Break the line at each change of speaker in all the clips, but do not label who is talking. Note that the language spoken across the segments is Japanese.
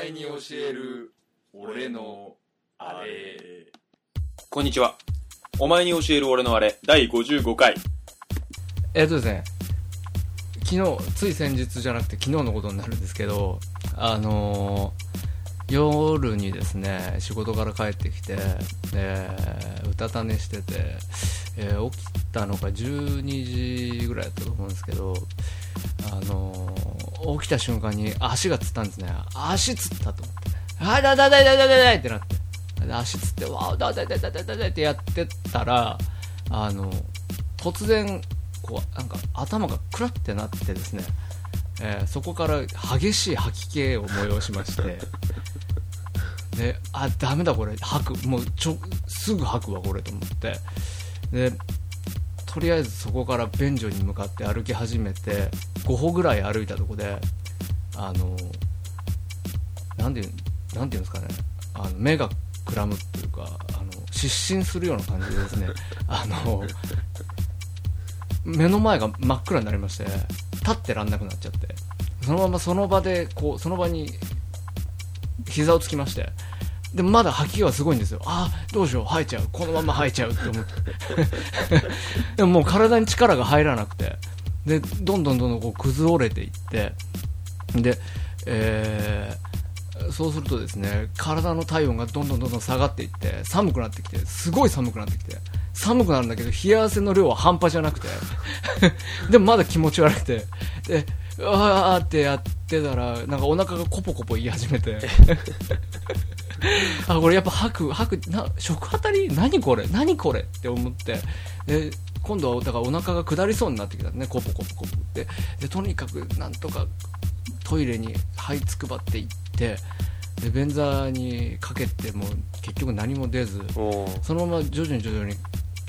える俺のあれ
こんにちは。お前に教える俺のあれ、第55回。
えっとですね、昨日、つい先日じゃなくて昨日のことになるんですけど、あのー夜にですね、仕事から帰ってきて、で、うたた寝してて、えー起きたのが12時ぐらいだったと思うんですけど、あのー起きた瞬間に足がつったんですね。足つったと思って。あ、だだだだだだだってなって。で足つって、わあ、だだだだだだだってやってったら、あの突然、こう、なんか頭がクラってなってですね、えーそこから激しい吐き気を催しまして、で、あ、ダメだこれ、吐く、もうちょ、すぐ吐くわこれと思って、で、とりあえずそこから便所に向かって歩き始めて、5歩ぐらい歩いたとこで、あの、なんていう、なんていうんですかね、あの目がくらむっていうか、あの失神するような感じでですね、あの、目の前が真っ暗になりまして立ってらんなくなっちゃってそのままその場でこうその場に膝をつきましてでもまだ吐き気はすごいんですよああどうしよう吐いちゃうこのまま吐いちゃうって思って でももう体に力が入らなくてでどんどんどんどんこう崩れていってで、えーそうするとですね体の体温がどんどんどんどん下がっていって寒くなってきてすごい寒くなってきて寒くなるんだけど冷や汗の量は半端じゃなくて でもまだ気持ち悪くてでうわーってやってたらなんかお腹がコポコポ言い始めてあこれやっぱ吐く吐くな食あたり何これ何これって思ってで今度はだからお腹が下りそうになってきたねコポコポコポってでとにかくなんとかトイレに這いつくばって行ってで便座にかけても結局何も出ず
お
そのまま徐々に徐々に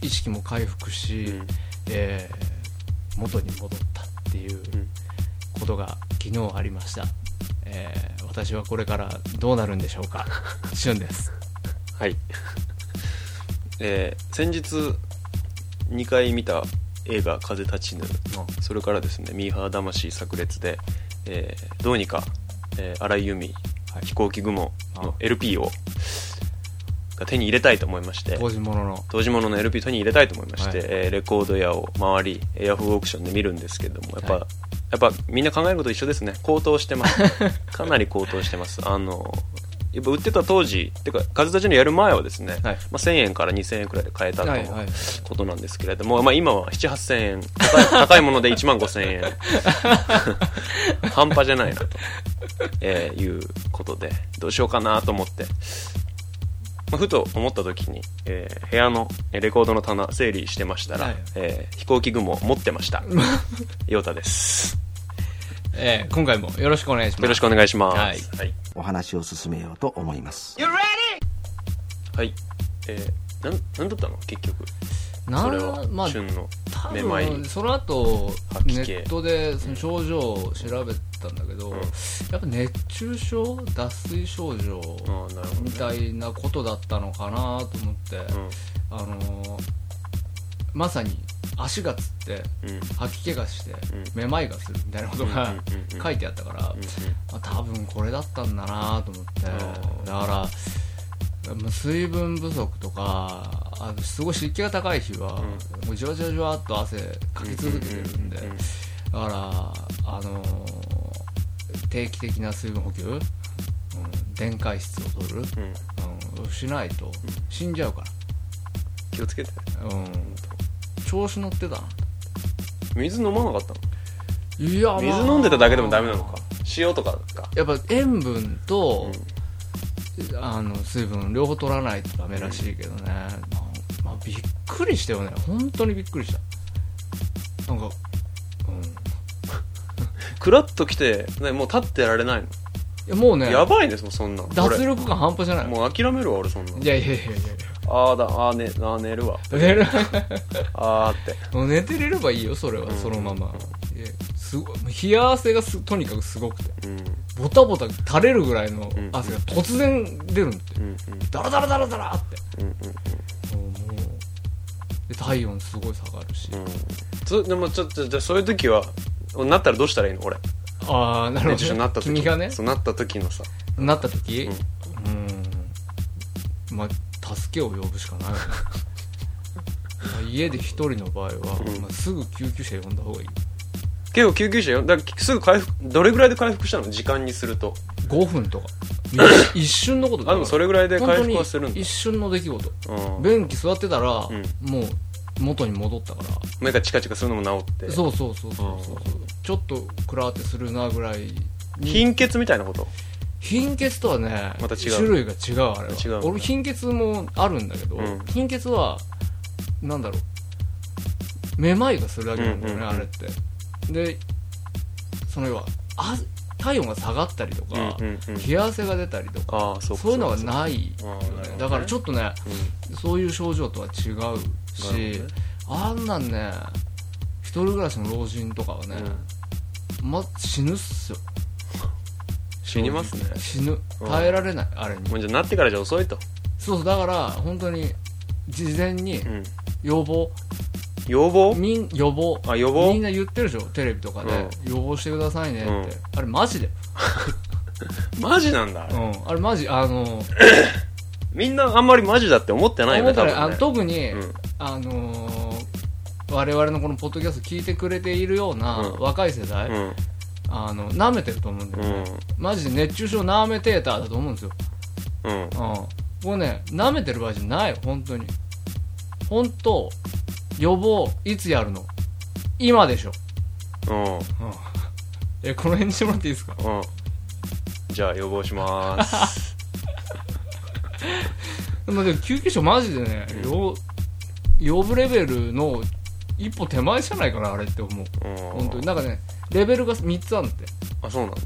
意識も回復し、
うん
えー元に戻ったっていう
うん
ことが昨日ありました、えー私はこれからどうなるんでしょう かしゅんです
はい。えー先日、2回見た映画、風立ちぬ。それからですね、ミーハー魂炸裂で、えーどうにか、えー荒井由実、
はい
飛行機雲の
あ
LP を、が手に入れたいと思いまして、
当時ものの
当時物の LP 手に入れたいと思いまして、
はい
えーレコード屋を回り、ヤフーオークションで見るんですけども、やっぱ、
はい
やっぱみんな考えること一緒ですね。高騰して ます。かなり高騰してます。あの、やっぱ売ってた当時、てか、風立ちのやる前はですね、
はい
まあ、1000円から2000円くらいで買えたと
はいはい
ことなんですけれども、まあ、今は7、8000円高い、 高いもので1万5000円。 半端じゃないなと、えーいうことで、どうしようかなと思って、まあふと思った時に、えー部屋のえーレコードの棚整理してましたら、
はい
えー飛行機雲持ってま した。ヨタです。
えー今回もよろしくお願いします
よろしくお願いします。
はい
はい。
お話を進めようと思います
はいえーなん、なんだったの結局。
な
そ
ん
れは、
まあ
旬の
多
めまいに
分。その後
吐き
ネ
気
ットでその症状を調べたんだけど、
うん
やっぱ熱中症脱水症状
ああ、なるほど、ね。
みたいなことだったのかなと思って、
うん。
あのーまさに足がつって
うん。
吐き気がして、
ん
めまいがするみたいなこと
う
が
んうんうんうん
書いてあったから、まあ多分これだったんだなと思ってだ
うん
からまあ水分不足とかあのすごい湿気が高い日は、もうじわじわじわっと汗かき続けてるんで、
うんうんうんうん
だからあのー定期的な水分補給、うん、電解質を取る、
うん。うん。
うん、しないと死んじゃうから、
気をつけて。
うん、調子乗ってたな
水飲まなかったの
いや、まあ
水飲んでただけでもダメなのか塩とかか
やっぱ塩分と、あの水分両方取らないとダメらしいけどね、まあ、びっくりしたよね本当にびっくりしたなんかうんい
クラッときて、ね、もう立ってられないの、
やもうね
やばいですもんそんなん
脱力感半端じゃな
俺
い
もう諦めるわ俺そんなん
いやいやいやいやい
ああだああ,、ね、あー寝るわ
や寝る
ああって
もう寝てれればいいよそれは、
うん
そのまま、いやすごい冷や汗がすとにかくすごくて
うんうん
ボタボタ垂れるぐらいの汗が突然出るんだって
うん
ダラダラダラダラって
うんうん
もうもうで体温すごい下がるし、
うんそでもちょっとじゃあそういう時はなったらどうしたらいいの俺
ああなる
熱中
ほ
症
ど、
になった時
君がね
そうなった時のさ
なった時うんまあ助けを呼ぶしかないよね まあ家で一人の場合は、
うん
まあ、すぐ救急車呼んだ方がいい
結構救急車よだからすぐ回復どれぐらいで回復したの時間にすると
5分 とかい一瞬のことだ
あでもそれぐらいで
本
回
当に
復はするんだ
一瞬の出来事
うん
便器座ってたら、
うん
もう元に戻ったか
目がチカチカするのも治って
らそうそうそうそうそうちょっとクラーってするなぐらいに
貧血みたいなこと
貧血とはね、
また違う
種類が違うあれは
違う
俺貧血もあるんだけど、
うん
貧血はなんだろうめまいがするだけなんだよね、
うんうんうん
あれってでその要はあ体温が下がったりとか、
うんうんうん
冷や汗が出たりとか
ああそうか
そういうのが
そうか
ないよ
あーなるほど
ね
ね
だからちょっとねそういう症状とは違うし、
なるほどね
あんなんね一人暮らしの老人とかはね
う、ん
ま死ぬっすよ
死にますね
死ぬ
うん
耐えられない、あれに
もうじゃあなってからじゃ遅いと
そうそうだから本当に事前に
うん
予防、
要望
みん予防
あ予防
みんな言ってるでしょテレビとかで、予防してくださいねって、
うん
あれマジで、
マジなんだ
うん、あれマジあの
みんなあんまりマジだって思ってないよね
思った
多
ら
分
あの
ね
特に、
うん
あのー我々のこのポッドキャスト聞いてくれているような
うん
若い世代、
うん
あの舐めてると思うんだよ
う
ね
ん、
マジで熱中症舐めてーターだと思うんですよ、
うん
うん、これね舐めてる場合じゃないよ本当に本当予防いつやるの今でしょ
うん
えこの辺にしてもらっていいですか
うんじゃあ予防しま ーす
でもでも救急車マジでねよ呼ぶレベルの一歩手前じゃないかなあれって思う
うん
本当になんかねレベルが3つあるって
あそうなんだ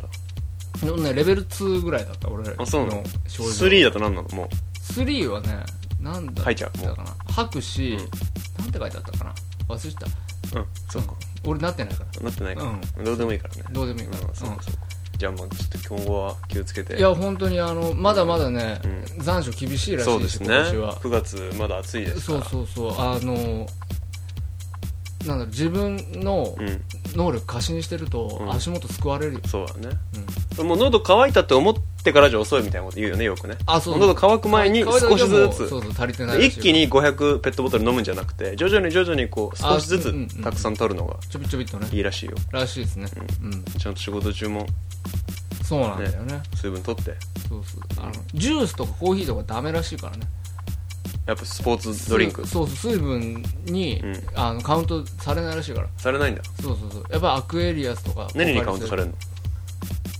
でもねレベル2ぐらいだった俺の
あそうなの
症状
3だと何なのもう
3はねなんだ
吐いちゃう
だかな吐くし、なんて書いてあったかな忘れてた
うんそうか
俺なってないから
なってないか
う
らどうでもいいからね
どうでもいい
うん
から、
そう
うん
かそうかじゃあもうちょっと今後は気をつけて
いや本当にあのまだまだね、
う
残暑厳しいらし
そう
い
で
です
すね
今年は
9月まだ暑いです
そ
か
う
ら
そうそうあのなんだろう自分の
うん
能力過信してると、
うん
足元救われるよ、
そうだね
うん
もう喉乾いたって思ってからじゃ遅いみたいなこと言うよねよくね
あそう
喉乾く前に
乾いた時
少
は
し
も
ず
う
つ
そうそう足りてない
で
らしい
一気に500ペットボトル飲むんじゃなくて徐々に徐々にこう少しず
あうんうんう
つ
ん
たくさん取るのが
ちょびちょびっとね
いいらしいよ
らしいですねうん、
ちゃんと仕事中も
そうなんだよね
水分取って
そうそうあのジュースとかコーヒーとかダメらしいからね
やっぱスポーツドリンク
そうそう水分に、
うん
あのカウントされないらしいから
されないんだ
そうそうそうやっぱアクエリアスとか
何にカウントされる
る
の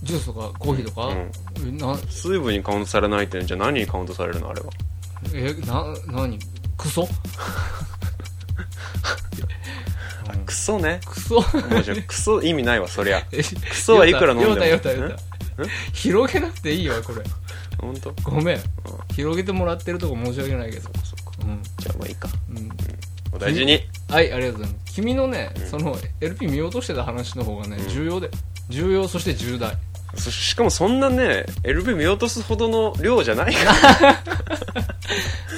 ジュースとかコーヒーとか、えな
水分にカウントされないってじゃあ何にカウントされるのあれは
えな何 クソうん
クソね
クソ
も うじゃあクソ意味ないわそりゃ
ク
ソはいくら飲ん でも
よたよたよ
ん
た広げなくていいわ これ
本当
ごめん広げてもらってるとこ申し訳ないけどうん
じゃあまあいいか
うん
お大事に
はいありがとうございます君のねその LP 見落としてた話の方がね重要で重要そして重大
そしかもそんなね LP 見落とすほどの量じゃないから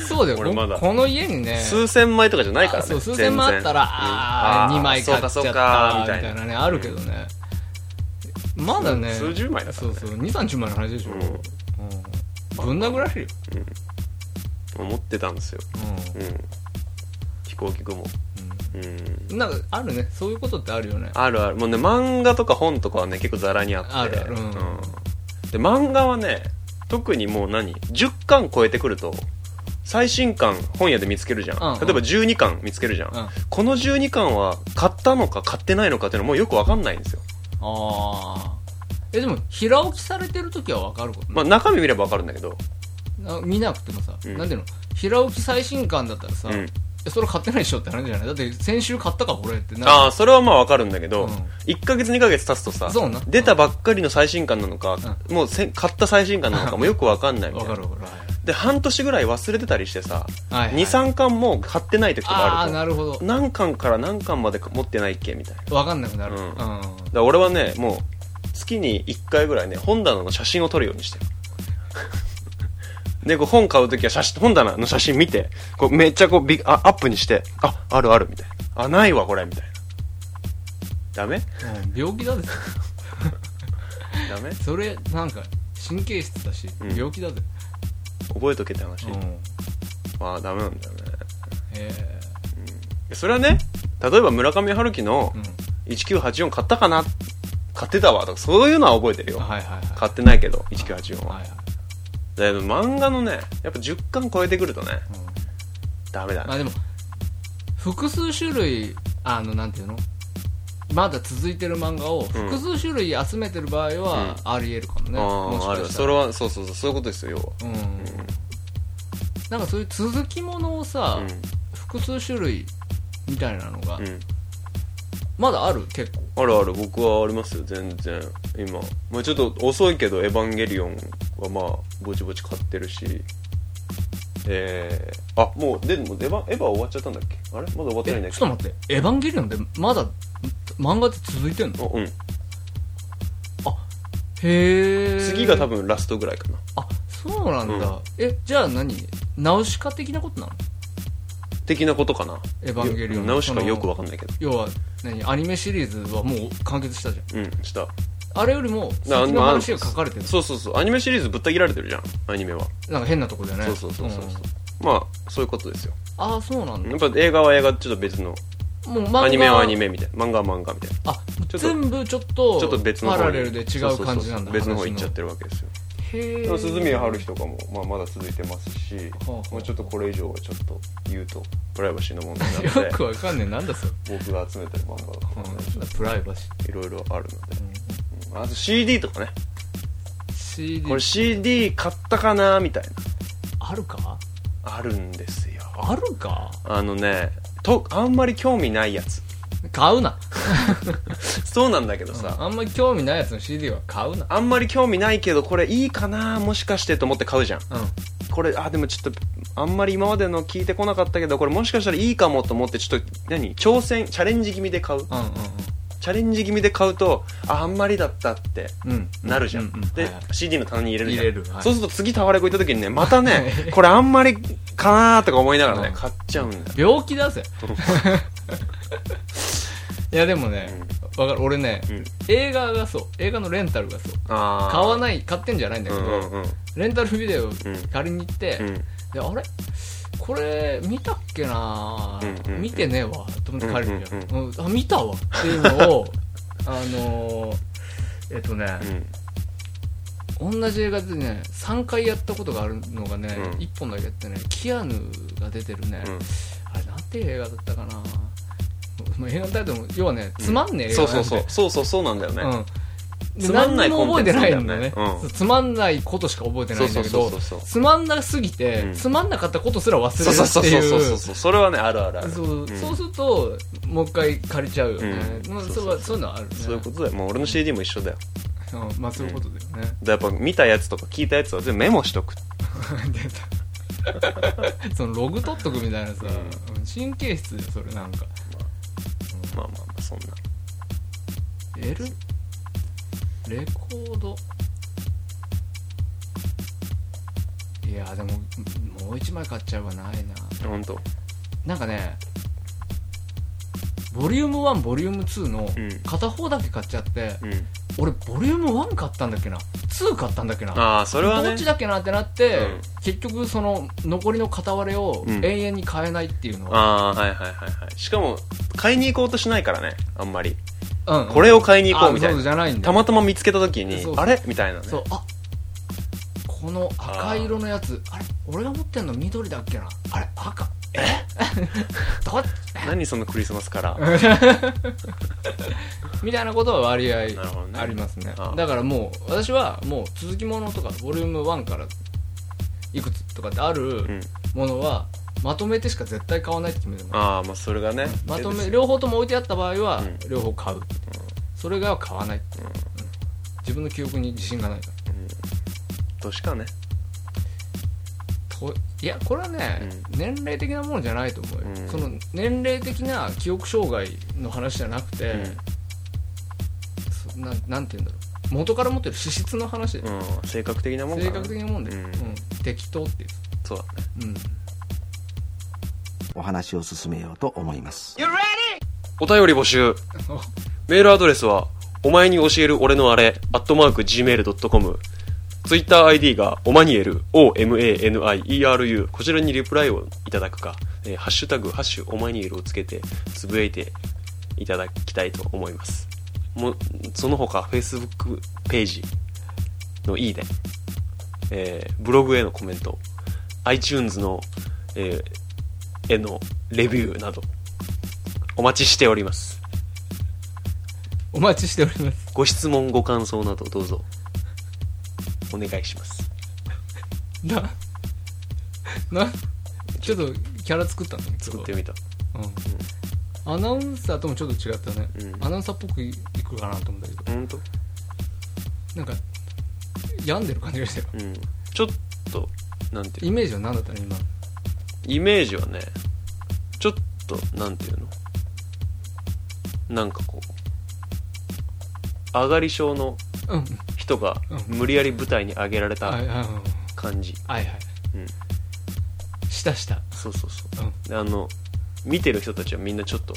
そうだよ
俺まだ
ここの家にね
数千枚とかじゃないから
あ
ね
そう数千万あった
全
ら
然
あ
うん
2枚買っちゃった
そうかそうか
み
み
た
たい
い
な
なねあるけどねまだね
数十枚だから
そう
ね
そう230枚の話でしょ
うん
うんぶん殴られるよ
思ってたんですようん飛行機雲うん
うんなんかあるねそういうことってあるよね
あるあるもうね漫画とか本とかはね結構ざらにあって
あるあるうん
で漫画はね特にもう何10巻超えてくると最新巻本屋で見つけるじゃん、
うんうん
例えば12巻見つけるじゃん、
うん
この12巻は買ったのか買ってないのかっていうのもうよくわかんないんですよ、
ああえでも平置きされてる時は分かること
まあ、中身見ればわかるんだけど、
な見なくてもさ、
うん
なんていうの平置き最新刊だったらさ、
うん
えそれ買ってないでしょって話じゃないだって先週買ったか俺ってなる
ああそれはまあわかるんだけ
う
ど、
ん
1ヶ月2ヶ月経つとさ
そうな
出たばっかりの最新刊なのか、もうせ買った最新刊なのかもよくわかんないみた
分
い
か
な
る分かる
で半年ぐらい忘れてたりしてさ、
はい、はい、
23巻も買ってない時とか
あ
あ
あ
る
ー
と
なるほど
何巻から何巻まで持ってないっけみたいな
分かんなくなる、う
うんんだから俺はねもう月に1回ぐらいね本棚の写真を撮るようにしてるでこう本買う時は写真本棚の写真見てこうめっちゃこうビあアップにしてああるあるみたいなあないわこれみたいなダメ
うん病気だです
ダメ
それなんか神経質だし、
うん
病気だぜ、
覚えとけって話、
うん、へ
まあダメなんだよね
え
それはね例えば村上春樹の
うん
1984買ったかな買ってたわとかそういうのは覚えてるよ
はいはいはい
買ってないけど1984は
はいはい
だけど漫画のねやっぱ10巻超えてくるとね
うん
ダメだ
ま
ね
あでも複数種類あのなんていうのまだ続いてる漫画を複数種類集めてる場合はありえるかもね、
あ
もし
あある
かした
そ
ら
れはそうそうそうそういうことですよ要は
うん、なんかそういう続きものをさ、複数種類みたいなのが、
うん、うん、
まだある結構
あるある僕はありますよ全然今、まあ、ちょっと遅いけど「エヴァンゲリオン」はまあぼちぼち買ってるしえー、あもうでもエヴァエヴァ終わっちゃったんだっけあれまだ終わってないんだ
え
っ
ちょ
け
っと待って「エヴァンゲリオン」ってまだ漫画って続いてんの
あうん
へえ
次が多分ラストぐらいかな
あそうなんだ、
うん
えじゃあ何ナウシカ的なことなの
的なことかな
エヴァンゲリオン
ナウシカよくわかんないけど
要は何アニメシリーズはもう完結したじゃん
うんした
あれよりも
な
先の話が書かれてる
そうそうそうアニメシリーズぶった切られてるじゃんアニメは、
なんか変なとこだよね
そうそうそうそう、
ん
まあそういうことですよ
ああそうなんだ
やっぱ映画は映画ちょっと別の
もう漫画
アニメはアニメみたいな漫画は漫画みたいな
あ
ちょっと
全部ちょっと
ちょっと別の
パ
方に
ラレルで違う感じなん
そうそうそ
だ
う別の方行っちゃっててるわけですよ
へ
でも鈴宮春
日
日とかも、まあ、まだ続いてますし
あはあ
もうちょっとこれ以上はちょっと言うとプライバシーの問題なの
よ
で
くわかんねえなんだそれ、
僕が集めてる漫画が
うん、プライバシー
いろいろあるので、うんあと CD とかね
CD
これ CD 買ったかなみたい
あるか
なあるんですよ
あるか
あのねとあんまり興味ないやつ
買うな
そうなんだけどさ、
あんまり興味ないやつの CD は買うな
あんまり興味ないけどこれいいかなもしかしてと思って買うじゃん
うん
これあでもちょっとあんまり今までの聞いてこなかったけどこれもしかしたらいいかもと思ってちょっと何挑戦チャレンジ気味で買う
うん
チャレンジ気味で買うとああんまりだったって
うんうん
なるじゃん、
うう
で、
はいはい
CD の棚に入れるじゃん
入れるはい
そうすると次タワレコ行った時 にねまたねこれあんまりかなーとか思いながらね、
うん
買っちゃうんだよ
病気 だぜいやでもねわかる俺ね、
うん
映画がそう映画のレンタルがそう
あー
買わない買ってんじゃないんだ
う
けど、
んうんうん
レンタルビデオ借りに行って、
うん
であれこれ見たっけな、
うんうん
見てねえわと思って借りるじゃん、
うん
うんあ見たわっていうのを あのーえっとね、
うん
同じ映画でね3回やったことがあるのがね、
うん
1本だけやってねキアヌが出てるね、
うん
あれなんていう映画だったかなもう映画のタイトルも要はねつまんねえ映画
そう
なん
そう
で
そうそうそうそうなんだよね、
うん、で
つまんない
何も覚えてないんだよね
コンテンツなんだよねうん
つまんないことしか覚えてないんだけ
そう
ど
そうそうそう
つまんなすぎて、
うん
つまんなかったことすら忘
そうそうそう
れるっていう
そうそうそうそれはねあるあるある
そう
うん
そうするともう一回借りちゃうよね、
うん
まあ、
そう
そ
そうう
はそういうのはあるね
そういうことだよもう俺の CD も一緒だよだか
うんまあそういうことだよね、
らやっぱ見たやつとか聞いたやつは全部メモしとく
出た そのログ取っとくみたいなさ、神経質でそれなんか
まあまあまあそんな
L レコードいやでももう一枚買っちゃうはないな
本当
なんかねボリューム1ボリューム2の
うん
片方だけ買っちゃって、
うん
俺ボリューム1買ったんだっけな2買ったんだっけな
ああそれは
ど
ね
っちだっけなってなって、
うん
結局その残りの片割れを
うん
永遠に買えないっていうのは、
ああはいはいはいはいしかも買いに行こうとしないからねあんまり
うん
これを買いに行こうみたい
あ
な
そうじゃないんだ
たまたま見つけた時に
そう
あれみたいなね
そうあこの赤色のやつあれ俺が持ってんの緑だっけなあれ赤え どっ
何そのクリスマスカラー
みたいなことは割合
るほどね
ありますね
ああ
だからもう私はもう続きものとかボリューム1からいくつとかってあ
う
る
ん
ものはまとめてしか絶対買わないって決めてます
ああまあそれがね
まと
で
め両方とも置いてあった場合は
うん
両方買う、それが買わない、うん自分の記憶に自信がないから
年かね
といやこれはね、年齢的なものじゃないと思うよ、
うん
その年齢的な記憶障害の話じゃなくて、そななんて言うんだろう元から持ってる資質の話で
う、んうん性格的なもんか
性
な
格的なもんで、
う
うんん適当っていう、
そうだね
うん、
お話を進めようと思います
お便り募集
お。
メールアドレスは、お前に教える俺のあれ、アットマーク Gmail.com。ツイッター ID がオマニエル OMANIERU こちらにリプライをいただくか、えーハッシュタグハッシュオマニエルをつけてつぶやいていただきたいと思いますもうその他 Facebook ページのいいね、えーブログへのコメント iTunes の、えーへのレビューなどお待ちしております
お待ちしております
ご質問ご感想などどうぞお願いします
ななちょっとキャラ作ったの
作ってみた
うん、アナウンサーともちょっと違ったね、
うん
アナウンサーっぽくいくかなと思ったけど
本当
なんか病んでる感じがしたよ
うんちょっとなんてい
イ
うの
メージは何だったの今
イメージはねちょっとなんていうのなんかこう上がり症の
うん
人が
うん
無理やり舞台に上げられた
はいはいはい
感じ、
はいはい
うん、
したした
そうそうそう
うん
であの見てる人たちはみんなちょっと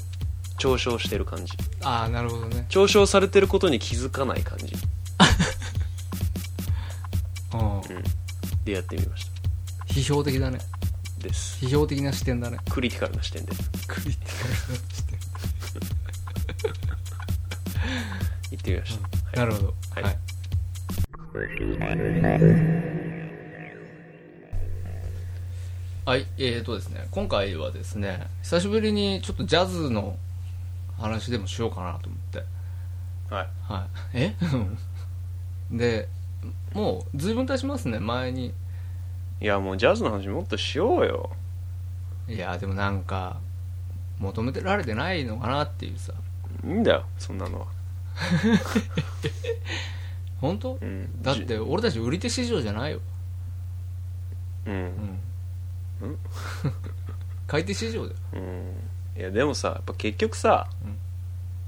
嘲笑してる感じ
ああなるほどね
嘲笑されてることに気づかない感じ
うん
でやってみまし
批評的だね
たです
批評的な視点だね
クリティカルな視点で
クリティカルな視点
行ってみました、はい
なるほど
はい
はいはい、えーとですね、今回はですね、久しぶりにちょっとジャズの話でもしようかなと思って。
はい
はい。え で、もう随分経ちますね、前に。
いやもうジャズの話もっとしようよ
いや、でもなんか、求めてられてないのかなっていうさ。
いいんだよそんなのは
本当
うん
だって俺たち売り手市場じゃないよ。
うん、
うん 買い手市場だよ。
うん、いやでもさやっぱ結局さ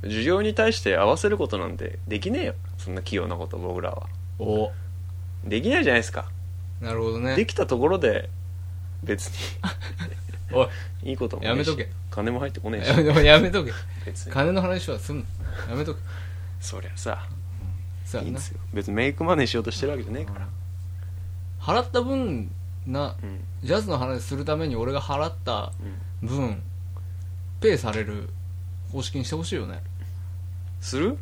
うん、
需要に対して合わせることなんてできねえよそんな器用なこと僕らは
お
できないじゃないですか
なるほどね
で。きたところで別
おい、
に いいこともねえ
や
し
めとけ
金も入ってこねえし
やめとけ、やめとけ。
別に
金の話はすんの。やめとけ。
そりゃさ
さあ
いいん
な
ですよ別にメイクマネーしようとしてるわけじゃねえから
払った分な
うん
ジャズの話するために俺が払った
うん
分ペイされる方式にしてほしいよね
する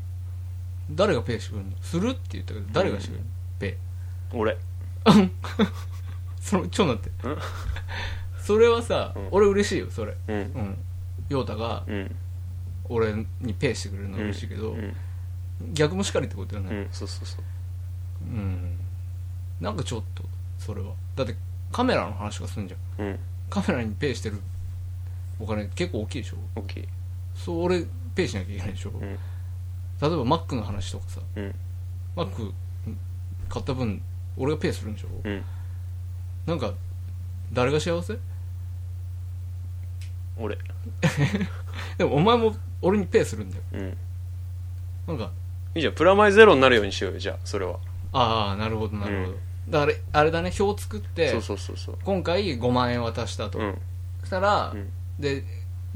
誰がペイしてくれるのするって言ったけど誰がしてくれるの、ペイ
俺
そのちょっと待って
ん
それはさ、
うん
俺嬉しいよそれ
う
うんん陽太が
うん
俺にペイしてくれるの嬉しいけど、
うん
逆もしかりってことよ
う
ね
んそうそうそう
うん、なんかちょっとそれはだってカメラの話がすんじゃん
うん
カメラにペイしてるお金結構大きいでしょ
OK
そう俺ペイしなきゃいけないでしょ、
う
例え
ん
ば Mac の話とかさ
うん
マック買った分俺がペイするんでしょ、
うん
なんか誰が幸せ
俺
でもお前も俺にペイするんだよ
うん
なんか
いいじゃんプラマイゼロになるようにしようよじゃあそれは
ああなるほどなるほど、
うん
だからあれだね表を作って
そうそうそうそう
今回5万円渡したと、
うん
そしたら、
うん
で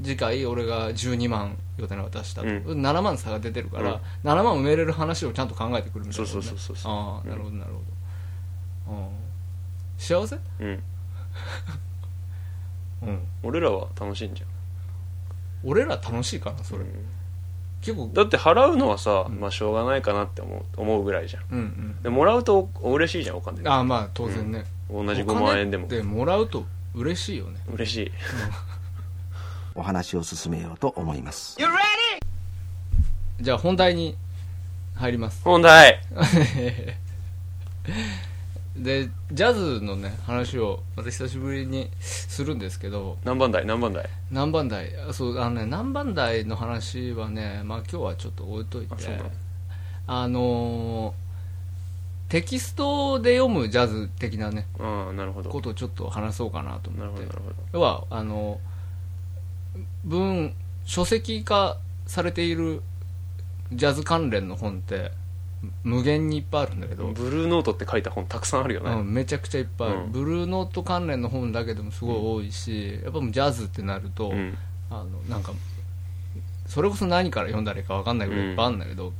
次回俺が12万予定に渡したと、
うん
7万差が出てるか
う
ら、
ん
7万埋めれる話をちゃんと考えてくるみたいなことね、
そうそうそうそう
ああなるほどなるほど、うん、幸せ
うん
うん
俺らは楽しいんじゃん
俺ら楽しいかなそれ、
うん
結構
だって払うのはさ
うん
まあしょうがないかなって思う思うぐらいじゃん
うんうん
でもらうとお嬉しいじゃんお金
ああまあ当然ね、
同じ
お金
5万円でも
でもらうと嬉しいよね
嬉しい
お話を進めようと思います
じゃあ本題に入ります
問題
でジャズのね話をまた久しぶりにするんですけど
何番台何番台
何番台あそうあのね何番台の話はねまあ今日はちょっと置いといて
あそうなの
あのーテキストで読むジャズ的なね
ああなるほど
ことをちょっと話そうかなと
なる
思
ほ
っ
ど
て
なるほど
要はあの文書籍化されているジャズ関連の本って無限にいっぱいあるんだけど、
ブルーノートって書いた本たくさんあるよね、
うんめちゃくちゃいっぱいある、
うん
ブルーノート関連の本だけでもすごい多いしやっぱもうジャズってなると、
うん
あのなんかそれこそ何から読んだらいいか分かんないぐらいいっぱいあるんだけど、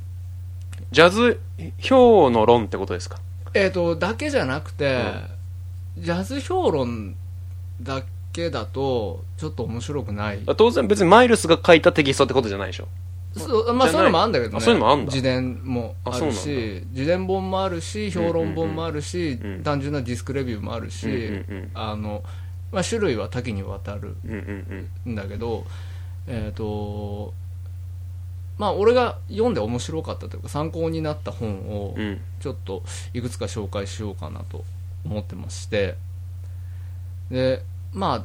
ジャズ評の論ってことですか
えっ、とだけじゃなくて、ジャズ評論だけだとちょっと面白くない
あ当然別にマイルスが書いたテキストってことじゃないでしょ
そうまあ
じ
そ
ゃ
うい
ないう
のもあるんだけどね
あそういうのもあんだ
自伝もある
あそう
し自伝本もあるし評論本もあるし、
うんうんうん
単純なディスクレビューもあるし、
うんうんうん
あのまあ、種類は多岐にわたる
うんうん
んだけどえっ、とまあ俺が読んで面白かったというか参考になった本を
うんうん
ちょっといくつか紹介しようかなと思ってましてでま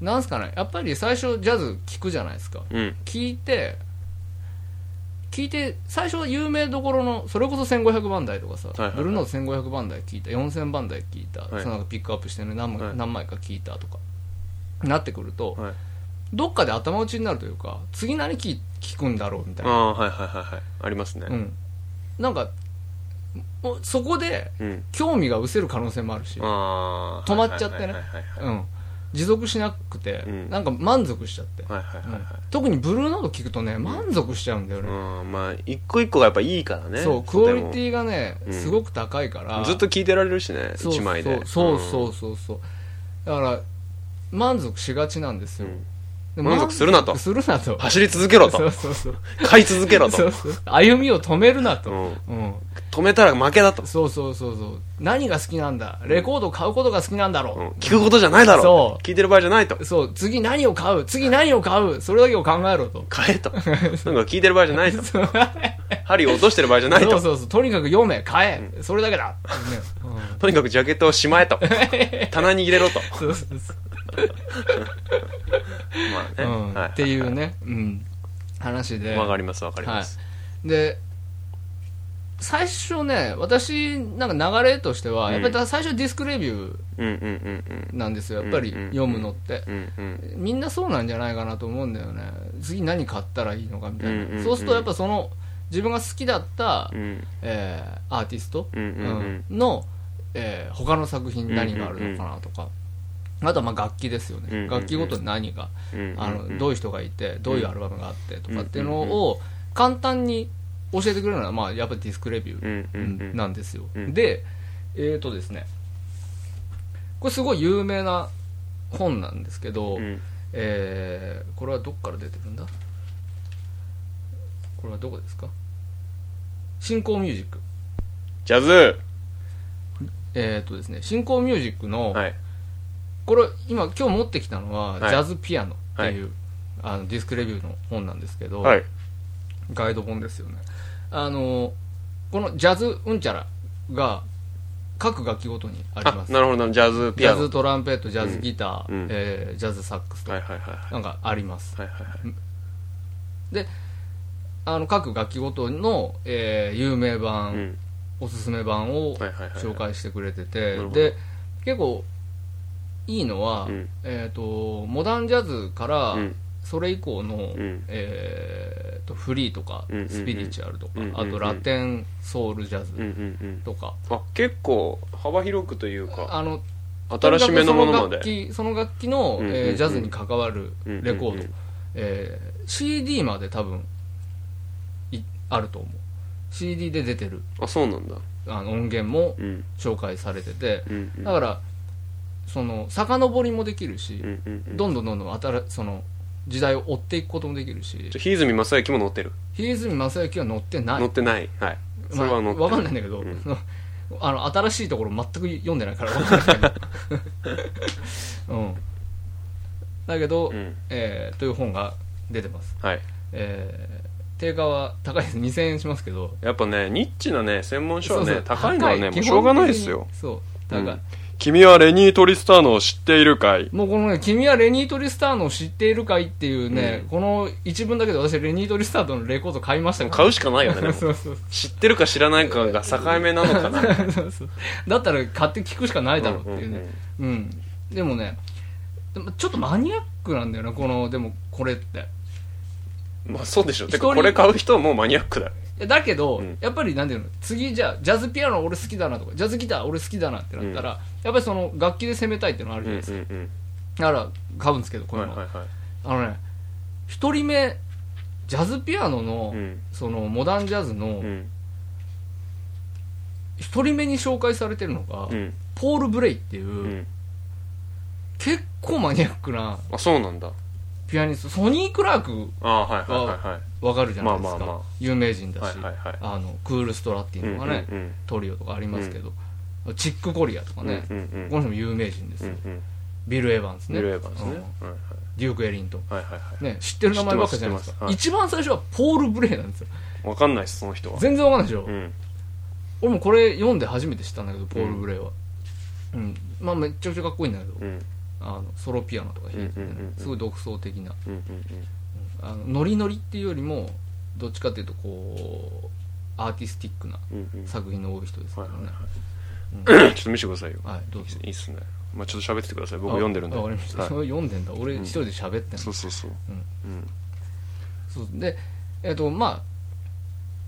あなんすかねやっぱり最初ジャズ聞くじゃないですか
うん
聞いて聞いて最初は有名どころのそれこそ1500番台とかさ、
いはいはい
ブルーノート1500番台聞いた4000番台聞いた、
はい
そのなんかピックアップしてね何,、
はい
何枚か聞いたとかなってくると、
はい
どっかで頭打ちになるというか次何聞聞くんだろうみたい
あ
な、
あはいはいはいはいありますね
うん、なんかもうそこで
うん
興味が失せる可能性もあるし、
ああ
止まっちゃってね
はいはいはいは
うん、持続しなくて、
うん
なんか満足しちゃっ
い
て、
はいはいはいはい
うん特にブルーノート聞くとね満足しちゃうんだよね、
うんまあ一個一個がやっぱいいからね
そうクオリティがね
うん
すごく高いから、
ずっと聞いてられるしね
そう
一枚で
そうそうそうそうそうだから満足しがちなんです
う
よ、
ん
で
満足するなと
満足するなと
走り続けろ
そ
と
うそうそう
買い続けろ
そう
と
そう歩みを止めるなと、
うん
うん
止めたら負けだと
そうそうそうそう何が好きなんだレコードを買うことが好きなんだろう
う、ん聞くことじゃないだろ
そう
聞いてる場合じゃないと
そう次何を買う次何を買うそれだけを考えろと
買えとなんか聞いてる場合じゃないと
そう
針を落としてる場合じゃない
そう
と
そうそうとにかく読め買え、それだけだ、ね うん
とにかくジャケットをしまえと棚に入れろと
そうそうそう
まあ
う
ね
ん
はい
っていうね、うん、話で
わかりますわかります
で最初ね私なんか流れとしては、
うん
やっぱりだ最初ディスクレビュ
うんうんうん
ーなんですよやっぱり
うんうんうん
読むのって、
うんうんうん
みんなそうなんじゃないかなと思うんだよね次何買ったらいいのかみたいな、
うんうんうん
そうするとやっぱその自分が好きだった、
うん
えーアーティスト、
うんうんうん
うんの、えー他の作品に何があるのかなとか、あとはまあ楽器ですよね、
うんうんうん
楽器ごとに何が、
うん
あのどういう人がいてどういうアルバムがあってとかっていうの
うんうん
を簡単に教えてくれるのは、まあ、やっぱディスクレビュ
う
ー
んう
うん
んうん
なんですよ、
うん
でえっ、とですねこれすごい有名な本なんですけど、
うん
えーこれはどっから出てるんだこれはどこですか新興ミュージック
ジャズ
えっ、とですね新興ミュージックの、
はい
これ今今日持ってきたのは、
はい
ジャズピアノっていう、あのディスクレビューの本なんですけど、
はい
ガイド本ですよねあのこのジャズうんちゃらが各楽器ごとにあり
あ
ます
なるほどジャズ
ジ
ピア
ャ
ノ
ズトランペットジャズギター、
うんうん
えージャズサックスとか、
はいはいはいはい
なんかあります
はいはいはい
あの各楽器ごとの、えー有名版、
うん
おすすめ版を
はいはいはいはい
紹介してくれて
な
て
るほど
で結構いいのは、
うん
えー、とモダンジャズから
うん
それ以降の、
うん
えー、とフリーとか
うんうんうん
スピリチュアルとか、
うんうんうん
あとラテンソウルジャ
うんう
ズ
んうん
とか、
あ結構幅広くというか
あの
新しめのものまで
とにかくその楽器その楽器の、
うんうんうん
えージャズに関わるレ
う
コード、
んうんうん
えー CD まで多分いあると思う CD で出てる
あそうなんだ
あの音源も
うん
紹介されてて、
うんうん
だからその遡りもできるし
う、んうんうん
どんどんどんどん新その時代を追っていくこともできるし
じゃあひずみ正行も乗ってる
比江住正幸は乗ってない
乗ってないはいそれ
ま
は
あ
乗って
わかんないんだけど、
うん
あの新しいところ全く読んでないからわかんない けど、うん、だけど、
うん
えーという本が出てます、
はい
えー定価は高いです2000円しますけど
やっぱねニッチなね専門書は
そうそ
ね
う
高いのは
高
ねもう
基
しょうが
本的
ない
に
ですよ
そう高い、
君はレニー・トリスターノを知っているかい
もうこのね、君はレニー・トリスターノを知っているかいっていうね、
うん
この一文だけで私、レニー・トリスターノのレコード買いましたから
買うしかない よねでも
そうそう
知ってるか知らないかが境目なのか な
そうそう。だったら買って聞くしかないだろうっていうね。うんでもね、でもちょっとマニアックなんだよね、この、でもこれって。
まあそうでしょて
一
か
人
これ買う人はもうマニアックだ
だけど、
うん
やっぱりなんていうの次じゃあジャズピアノ俺好きだなとかジャズギター俺好きだなってなったら、やっぱりその楽器で攻めたいっていうのある
う
じ
ん
ゃ
う
なんいですか、
うん
だから買うんですけどこうい
は
う
い
の、
はいは
あのね一人目ジャズピアノの、
いうん
そのモダンジャズの、
うん
一人目に紹介されてるのが、
うん
ポール・ブレイっていう、
うん
結構マニアックな
あそうなんだ
ピアニストソニー・クラーク
ああはいはいはいはい
わかるじゃないです
ま
か、
あまあまあ
有名人だし、
はいはいはい
あのクール・ストラッティンとかね、
うんうんうん
トリオとかありますけど、チック・コリアとかね、
うんうんうん
この人も有名人です
う
よ、
んうん
ビル・エヴァンスね
ミルエヴァンですね
うん
はいはい
デューク・エリントン
はいはいはい
ね、知ってる名前ばっかじゃないで
知
す
って
か、
ます
一番最初はポール・ブレイなんですよ
わかんないっすその人は
全然わかんないでしょ、
うん
俺もこれ読んで初めて知ったんだけどポール・ブレイは、うんまあめっちゃくちゃかっこいいんだけど、
うん
あのソロピアノとか弾いてて、ね
うんうんうんうん
すごい独創的な
うんうん
あのノリノリっていうよりもどっちかっていうとこうアーティスティックな
うんうんうん ちょ
作品の多い人ですからね、
はいはい
うん
っと見せてくださいよ
はい、どうぞ
いいっすねまあちょっと喋っててください僕読んでるんで
あわかりました、
はい
それ読んでんだ俺一人で喋ってんだ、
そうそうそう
うん
うん
そうでえっ、とまあ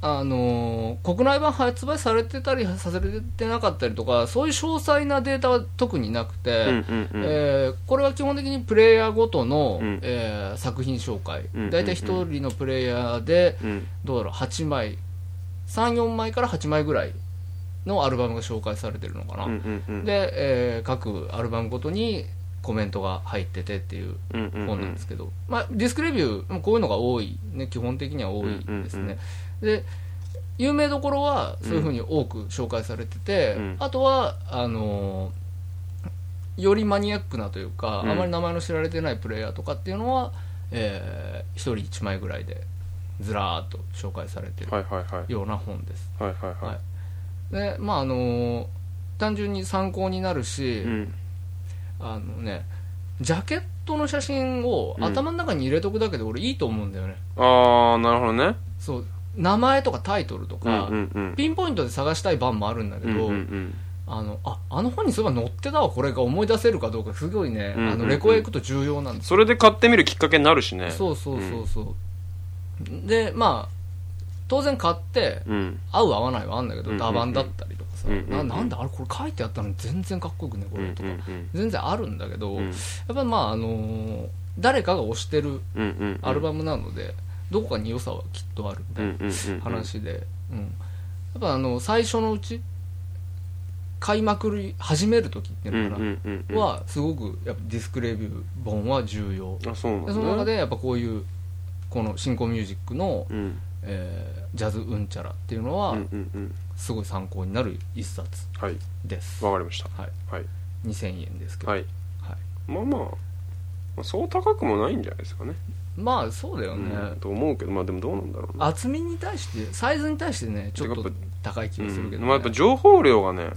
あのー国内版発売されてたりされてなかったりとかそういう詳細なデータは特になくて、
うんうんうん
えーこれは基本的にプレイヤーごとの、
うん
えー作品紹介
うんうんうん
大体、1人のプレイヤーで
うん
どうだろう8枚34枚から8枚ぐらいのアルバムが紹介されてるのかな、
うんうんうん
で、えー各アルバムごとにコメントが入っててっていう
うんうんうん
本なんですけど、まあ、ディスクレビューもこういうのが多い、ね、基本的には多いですね、で有名どころはそういうふうに多く紹介されてて、
うん
あとはあのーよりマニアックなというか、
うん
あまり名前の知られてないプレイヤーとかっていうのは、え1人1枚ぐらいでずらーっと紹介されてる
はいはいはい
ような本です、
はいはいは
はいいでまああのー単純に参考になるし、
うん
あのねジャケットの写真を
うん
頭の中に入れとくだけで俺いいと思うんだよね、
ああなるほどね
そう名前とかタイトルと
うん
か、
うんうん
ピンポイントで探したい版もあるんだけ
うん
ど、
うんうん
あのああの本にそういえば載ってたわこれが思い出せるかどうかすごいね、
うん
あのレコへ行くと重要なんですよ
それで買ってみるきっかけになるしね
そうそうそうそう、でまあ当然買って
うん
合う合わないはあるんだけど、
うんうんうん
打板だったりとかさ、
うんうんうん
ななんだあれこれ書いてあったのに全然かっこよくねこ
うんう
れ
ん
と
う
か、
ん
全然あるんだけど、
うん
やっぱりまああのー誰かが推してる
うんうん
アルバムなので、どこかに良さはきっとあるみたいな話で、うんやっぱあの最初のうち買いまくり始める時っていうのかな、
は
はすごくやっぱディスクレビュー本は重要
あそうなん
で
だ
その中でやっぱこういうこの新興ミュージックの、
うん
えージャズうんちゃらっていうのは
うんうんうん
すごい参考になる一冊
はい
です、
わかりました
はい、
はい
2000円ですけど、
はい
はい
まあまあまあそう高くもないんじゃないですかね
まあそうだよね、
うんと思うけどまあでもどうなんだろうな
厚みに対してサイズに対してねちょっと高い気
う
がするけど、
んま
ね
あやっぱ情報量がね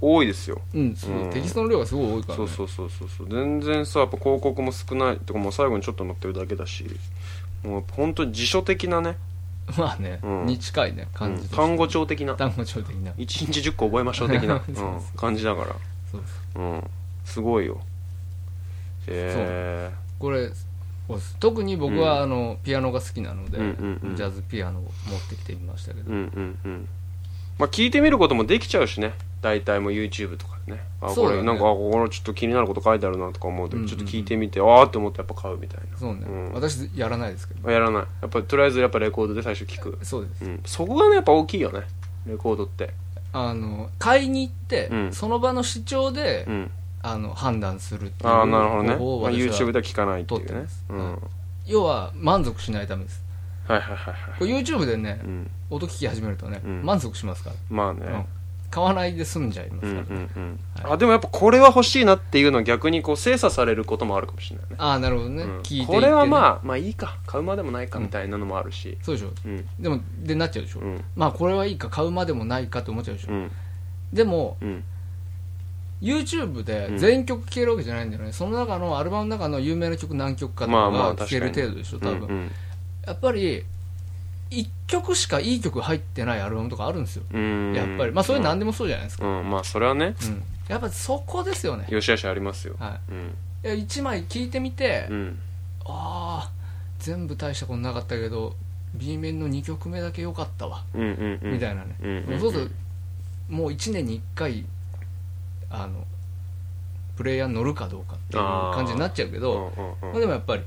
多いですよ
うん、そう
うん
テキストの量がすごい多いから、
そ
ね、
うそうそうそうそう全然さやっぱ広告も少ないとかもう最後にちょっと載ってるだけだしもうやっぱ本当に辞書的なね
まあね、
うん
に近いね感じ
うん
として、
単語帳的な
単語帳的な
1日10個覚えましょう的な
そう
う
そうん
感じだから
そう
うんすごいよへ
これ特に僕
う
は、
ん
あのピアノが好きなので、
うんうんうん
ジャズピアノを持ってきてみましたけ
え
ど、
うんうんうんまあ聞いてみることもできちゃうしね大体もう YouTube とかでねあ
そう
こ
だよ
れ
ね
なんかあここのちょっと気になること書いてあるなとか思うと
うんうん
ちょっと聞いてみてああって思ってやっぱ買うみたい
そうね、
うん
私やらないですけど
なやらないやっぱりとりあえずやっぱレコードで最初聞く
そうです、
うんそこがねやっぱ大きいよねレコードって
あの買いに行って、
うん
その場の主張で、
うん
あの判断するっていう
ああなるほどね
方法を
まあ
私は
YouTube では聞かないっていう
撮って
ね
ます
うん
はい要は満足しないためです
はいはいはいは
これ YouTube でね、
いうん
音聞き始めるとね、
うん
満足しますから
まあね
買わないで済んじゃいます
うん
から
う
ね、
んうん
はい
あでもやっぱこれは欲しいなっていうのは逆にこう精査されることもあるかもしれないね
ああなるほどね、
うん
聞いていってね、
これはまあまあいいか買うまでもないかみたいなのもあるし
そうでしょ
うん
でもでなっちゃうでしょ、
うん
まあこれはいいか買うまでもないかって思っちゃうでしょ、
うん
でも
うん
YouTube
う
で
ん
全曲聴けるわけじゃないんだよね、その中のアルバムの中の有名な曲何曲かと
ま
か
あまあ
が聴ける
確かに
程度でしょ
う
多分、
ん
やっぱり1曲しかいい曲入ってないアルバムとかあるんですよ、
うん
やっぱりまあそれ
で
何でもそうじゃないですか、
うんまあそれはね
うんやっぱそこですよね、
よしあしありますよ
は
うん
い、いや1枚聴いてみて、
うん
ああ全部大したことなかったけど B 面の2曲目だけ良かったわ、
うんうんうん
みたいなね、
うんうんうん
そうするともう1年に1回あのプレイヤーに乗るかどうかっていう感じになっちゃうけ
うん
ど
うん
ま
う
あ、
ん
でもやっぱり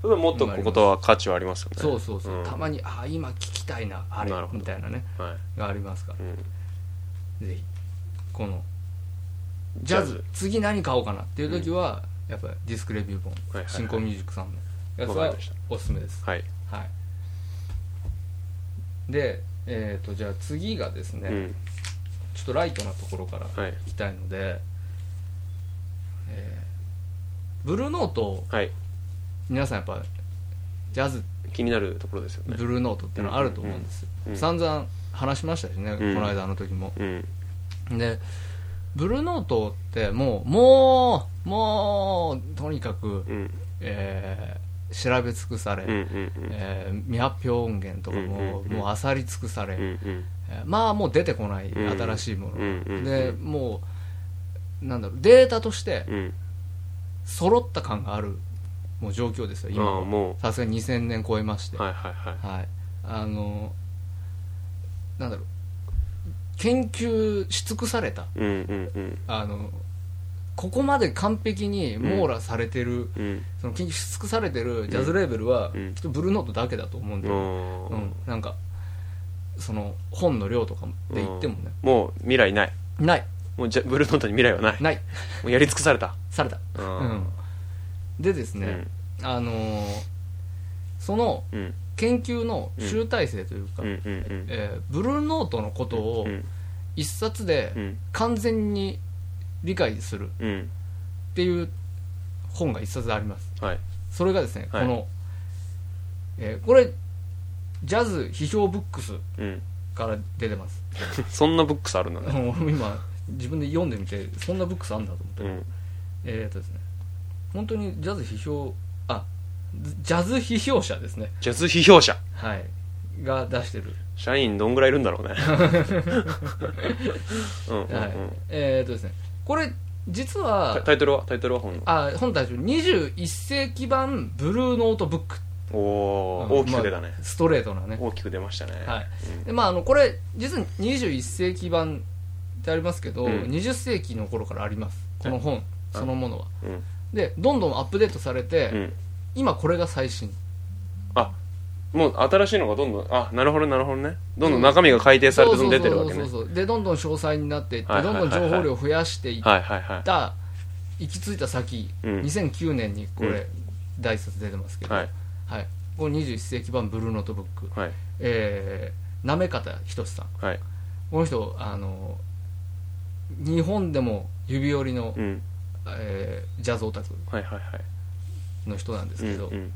それはもっとこことは価値はありますよね
そうそうそう、
ん
たまにああ今聞きたいなあれ
なるほど
みたいなね
はい
がありますから
うん
ぜひこのジャズ次何買おうかなっていう時は、やっぱりディスクレビュー本、
いはいはい
新興ミュージックさんのやつ
わかり
は
ました
おすすめです
はい
はいでえー、とじゃあ次がですね、
うん
ちょっとライトなところから
はい
いきたいので、えーブルーノート
はい
皆さんやっぱジャズ
気になるところですよね
ブルーノートっていうのあると思うんですよ、
うんうん
散々話しましたしね、
ん
この間の時も
うん
でブルーノートってもうもうもうとにかく、
うん
えー調べ尽くされ、
うんうんうん
えー未発表音源とかも、
うんうんうん
もう漁り尽くされ、
うんうん
えーまあもう出てこない
うん
新しいもの、
うんうん
でもうなんだろうデータとして
うん
揃った感があるもう状況ですよ今
ああも
さすがに2000年超えまして、
うはいはいはい
はい、あのなんだろう研究し尽くされた
うんうん
あのここまで完璧に網羅されてる、
うん
その研究し尽くされてるジャズレーベルは、
うん
きっとブルーノートだけだと思うん
う
で、うん
ん
なんかその本の量とかで言ってもね、
もう未来ない
ない
もうじゃブルーノートに未来はない
ない
もうやり尽くされた
された、
う
うん
ん
でですね、あのーその
うん
研究の集大成というか、
うんうんうん
えーブルーノートのことを
うん
一冊で
うん
完全に理解するっ
うん
ていう本が一冊あります
はい
それがですね、
はい
この、えーこれジャズ批評ブックス
うん
から出てます
そんなブックスあるんだね
俺も 今自分で読んでみてそんなブックスあんだと思って、
うん
えーっとですね本当にジャズ批評あジャズ批評者ですね
ジャズ批評者
はいが出してる、
社員どんぐらいいるんだろ うねうんうんうん
はいえーっとですねこれ実
タ
は
タイトルはタイトルは本の
あ本体21世紀版ブルーノートブック
おおー大きく出たね
まあストレートなね
大きく出ましたね
はい
うん
でまあ、あのこれ実に21世紀版ってありますけど、
うん
20世紀の頃からありますこの本そのものは
うん
でどんどんアップデートされて、
うん
今これが最新
あもう新しいのがどんどんあなるほどなるほどねどんどん中身が改訂されてどんどん出てるわけね
そうそうそうそうでどんどん詳細になっていって、
はいはいはいはい
どんどん情報量を増やしていっ
はいはいは
た、行き着いた先、
うん
2009年にこれ、
うん
第一冊出てますけ
い
ど、
はい
はいこの21世紀版ブルーノートブック、
はい
えー、なめかたひとしさん
はい
この人あの日本でも指折りの、
うん
えージャズオタク
はいはいはい
の人なんです
うん
けど、
うん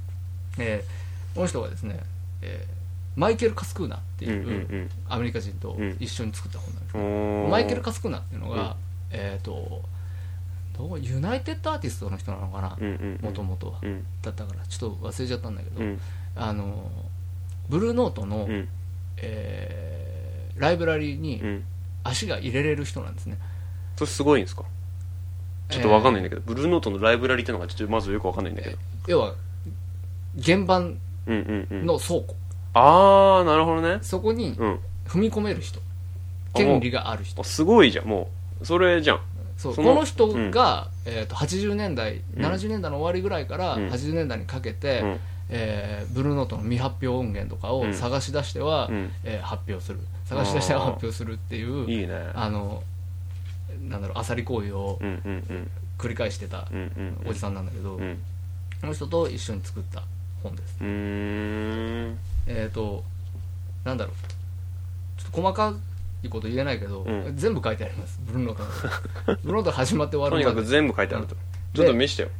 えーこの人がですね、えーマイケル・カスクーナって
うんう
いう、
ん
アメリカ人と
うん
一緒に作った本なんです
う
ね、
んおー
マイケル・カスクーナっていうのが、
うん
えっ、とどうユナイテッドアーティストの人なのかな
うんうん
もともとは
うん
だったからちょっと忘れちゃったんだけど、
うん
あのブルーノートの、
うん
えーライブラリ
う
に
ん
足が入れれる人なんですね、
それすごいんですかちょっとわかんないんだけどブルーノートのライブラリっていうのがちょっとまずよくわかんないんだけど
要は原版
うんうんうん
の倉庫、
ああなるほどね
そこに
うん
踏み込める人
あもう
権利がある人
あすごいじゃんもうそれじゃん
そう
そ
こ
の
の人が、えー、と80年代、
うん
70年代の終わりぐらいから
うん
80年代にかけて、
うん
えーブルーノートの未発表音源とか
う
を
ん
探し出しては、
うん
えー発表する探し出しては発表するっていう
いいね
あのなんだろうあさり行為を
うんうんうん
繰り返してた
うんうんうん
おじさんなんだけど、
うん
この人と一緒に作った本です
うーん
えっ、となんだろうちょっと細かいこと言えないけど、
うん
全部書いてありますブルーノート のブルーノート始まって終
とに
わる
か
ま
く
で
全部書いてあると
う
ちょっと見してよ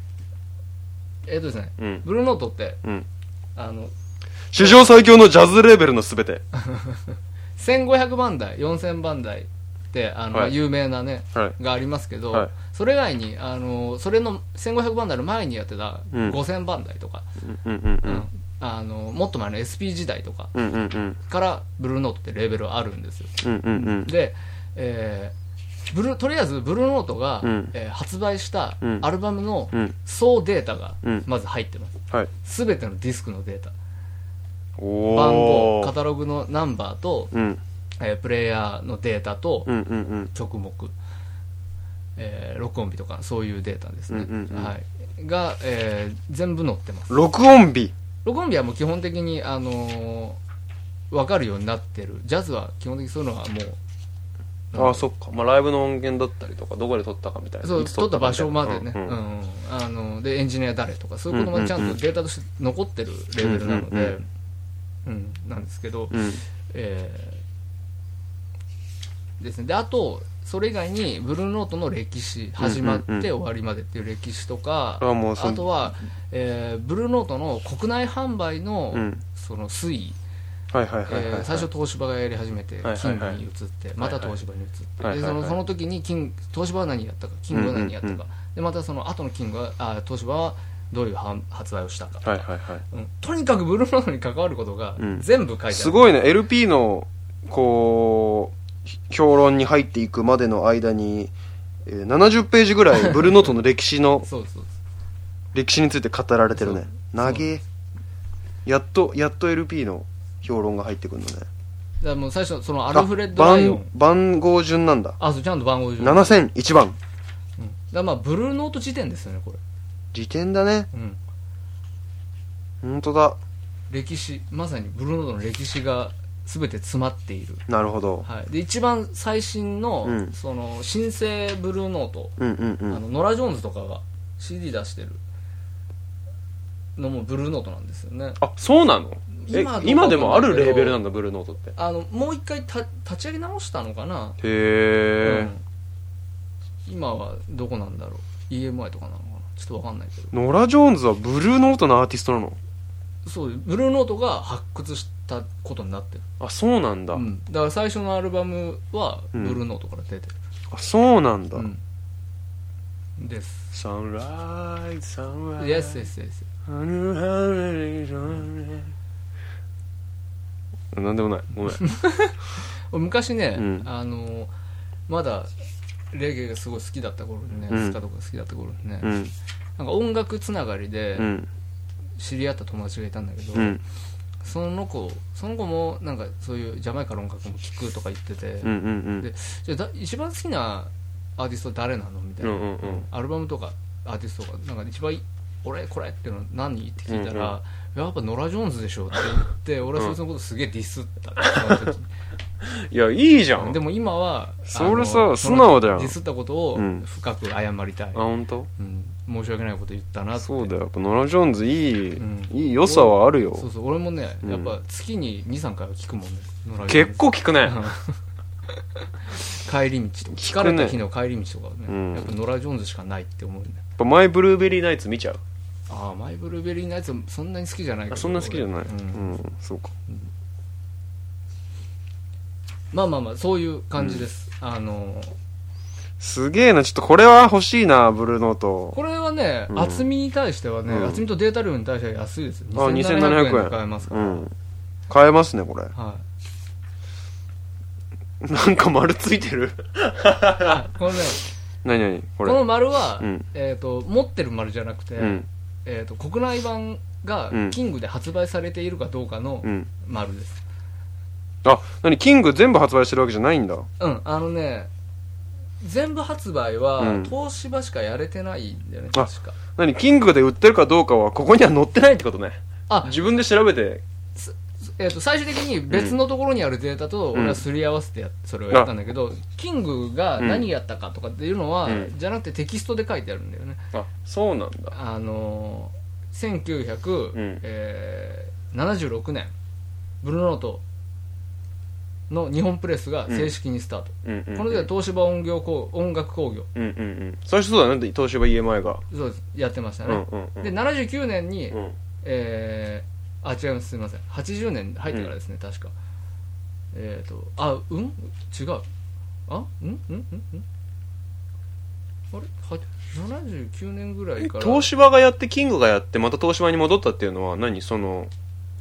えっ、とですね
うん
ブルーノートって
うん
あの
史上最強のジャズレーベルのすべて
1500番台4000番台ってあの、
はい
有名なね
は
がありますけど、
はい
それ以外にあのそれの1500番台の前にやってた
うん
5000番台とか、
いうんうんう
うん
ん
あのもっと前の SP 時代とか
うんうんうん
からブルーノートってレーベルあるんですよ
うんうんうん
で、えーブルーとりあえずブルーノートが、
うん
えー発売した
うん
アルバムの
うん
総データが
うん
まず入ってます、
はい
すべてのディスクのデータ
お
バンド
お
カタログのナンバーと、
うん
えープレイヤーのデータと、
うんうんうん
曲目、えー録音日とかそういうデータですね、
うんうんうん
はい、が、えー全部載ってます
録音日
録音日はもう基本的に、あのー分かるようになってるジャズは基本的にそういうのはもう
ああそっか、まあ、ライブの音源だったりとかどこで撮ったかみたいな
そう
いつ
撮った
か
場
みい
所
な
までね、
う
うん
んうん
うんあのでエンジニア誰とかそういうことまでちゃんとデータとして残ってるレベルなので、
うんうん
うんなんですけど、
うん
えーですねであとそれ以外にブルーノートの歴史始まっ
うんうん
て終わりまでっていう歴史とか、
あもうそ
あとは、えーブルーノートの国内販売の,、
うん
その推移、
はいはい
え
はいはい、は
ー
い、
最初東芝がやり始めて
はいはい
金に移って、また東芝に移って、
はいはい
でそ
はい
の
はい
その時に金東芝は何やったか金が何やったか、
うんうん
でまたその後の金があ東芝はどういう販発売をしたか、
はいはいはい
うんとにかくブルーノートに関わることが
うん
全部書いてある、
すごいね LP のこうひ評論に入っていくまでの間に、えー70ページぐらいブルーノートの歴史の
そうそう
歴史について語られてるね
そう
長えやっとやっと LP の評論が入ってくるのね
だからもう最初そのアルフレッド・
あ
ライオン
番番号順なんだ
あそうちゃんと番号順だか
7001番
らまあブルーノート時点ですよねこれ、
辞典だね
うん、
本当だ
歴史まさにブルーノートの歴史が全て詰まっている、
なるほど
はい、で一番最新の,、
うん
その新生ブルーノート、
うんうんう
あ
ん
のノラ・ジョーンズとかが CD 出してるのもブルーノートなんですよね
あそうなのえ
今どうか
今でもあ
わか
る
んないけ
レーベ
ど
ルなんだブルーノートってへ
あのもう一回た立ち上げ直したのかな、
え、
うん今はどこなんだろう EMI とかなのかなちょっとわかんないけど
ノラ・ジョーンズはブルーノートのアーティストなの
そうブルーノートが発掘したことになってる、
あそうなんだ、
うんだから最初のアルバムは
う
ブ
ん
ルーノートから出てる、
あそうなんだ、
うんです
サンライズサンライズ
Yes, yes, yes.
なんでもないごめ ん
昔ね、
うん
あのまだレゲエがすごい好きだった頃にね、
うん
スカとか好きだった頃にね、
うん
なんか音楽つながりで
うん
知り合った友達がいたんだけど、
うん
その子その子もなんかそういうジャマイカの音楽も聴くとか言ってて、
うんうん
でじゃあだ一番好きなアーティスト誰なのみたいな、
うんうんうん
アルバムとかアーティストとかなんか一番いい俺これっていうの何って聞いたら、やっぱノラ・ジョーンズでしょって言って俺はそいつのことすげえディスったその時
いやいいじゃん
でも今は
それさ
あの
素直だよ
そのディスったことを
うん
深く謝りたい、
あ本当
うん申し訳ないこと言ったなって
そうだよやっぱノラ・ジョーンズいい、
うん
いい良さはあるよ
そうそう俺もね
うん
やっぱ月に23回は聞くもんねノラ・ジョーンズ
結構聞くね
帰り道とか
聞
聞
く
か
ね
れた日の帰り道とかね、
うん
やっぱノラ・ジョーンズしかないって思うね
やっぱマイブルーベリーナイツ見ちゃう
ああマイブルーベリーのやつそんなに好きじゃないけど
あそんな好きじゃない
俺
う
うん
ん、そうか
まあまあまあそういう感じです、あの
すげえなちょっとこれは欲しいなブルーノート
これはね、
うん
厚みに対してはね、
うん
厚みとデータ量に対しては安いですよ
あ2700
2700円で買えますか
う
ら、
ん買えますねこれ
はい
なんか丸ついてる
あ このね
何何こ
こ
れ
の丸は、
うん
えー、と持ってる丸じゃなくて、
うん
えー、と国内版が
うん
キングで発売されているかどうかの
うん
丸です
あ何キング全部発売してるわけじゃないんだ
うん、あのね全部発売は、
うん
東芝しかやれてないんだよね
あ
確か
何キングで売ってるかどうかはここには載ってないってことね
あ
自分で調べて
えー、と最終的に別のところにあるデータと
うん
俺はすり合わせてやっそれをやったんだけど、キングが何やったかとかっていうのは、
うん
じゃなくてテキストで書いてあるんだよね、
あそうなんだ
あのー
ん
1976年ブルーノートの日本プレスが正式にスタート、
うんうん
この時は東芝音業工音楽工業
うんうんうん最初そうだね東芝 EMI が
そうですやってました
う
ね、
んうんうん
で79年に、
うん
えーあ違いますすみません80年入ってからですね、確かえっ、ー、とあうん違うあうんうんうんうんあれは79年ぐらい
え
から
東芝がやってキングがやってまた東芝に戻ったっていうのは何その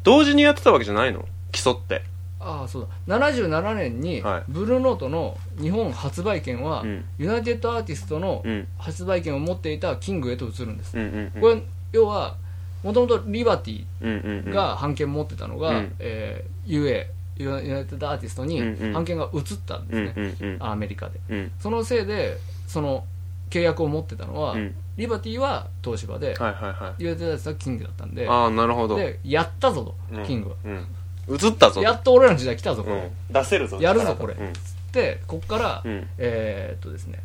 同時にやってたわけじゃないの競って
ああそうだ77年に
はい
ブルーノートの日本発売権は、
うん
ユナイテッドアーティストの
うん
発売権を持っていたキングへと移るんです、
うんうんうん
これ要はもともとリバティ
うんうんうん
が版権持ってたのが、
うん
えー UA ユナユナイテッドアーティストに
うんうん
版権が移ったん
う
です
ん
ね、
うんうん
アメリカで
うん
そのせいでその契約を持ってたのは、
うん
リバティは東芝で、
はいはいはい
ユナイテッドアーティストはキングだったんで
ああなるほど
でやったぞと、
うん
キングは
うん映ったぞ
やっと俺らの時代来たぞこれ、
うん出せるぞ
やるぞこれ
うん
っってこっから、
うん
えーっとですね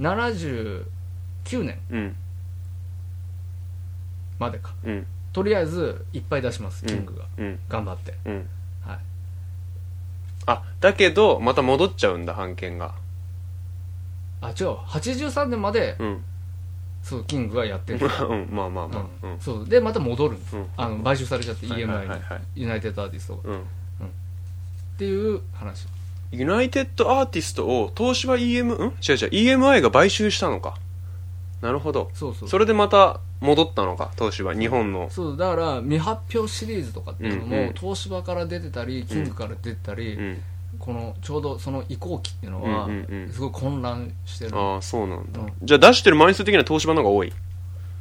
79年
うん
までか
うん
とりあえずいっぱい出しますキングが、
うん
頑張って
うん
はい
あだけどまた戻っちゃうんだ版権が
あ違う83年まで、
うん
そうキングがやってる、
うんまあまあまあ
う
うんん
そうでまた戻るんです、
うん
あの買収されちゃって
はい
EMI に、
はいはいはい
ユナイテッドアーティストが、
う
っ
ん
ていう話
ユナイテッドアーティストを東芝 EM ん違う違う EMI が買収したのかなるほど
そうそう
それでまた戻ったのか東芝日本の
そうだから未発表シリーズとかっていうのも、
うんうん
東芝から出てたりキングから出てたり、
うん
このちょうどその移行期っていうのは、
うんうんうん
すごい混乱してる
ああそうなんだ
うん
じゃあ出してる枚数的には東芝の方が多い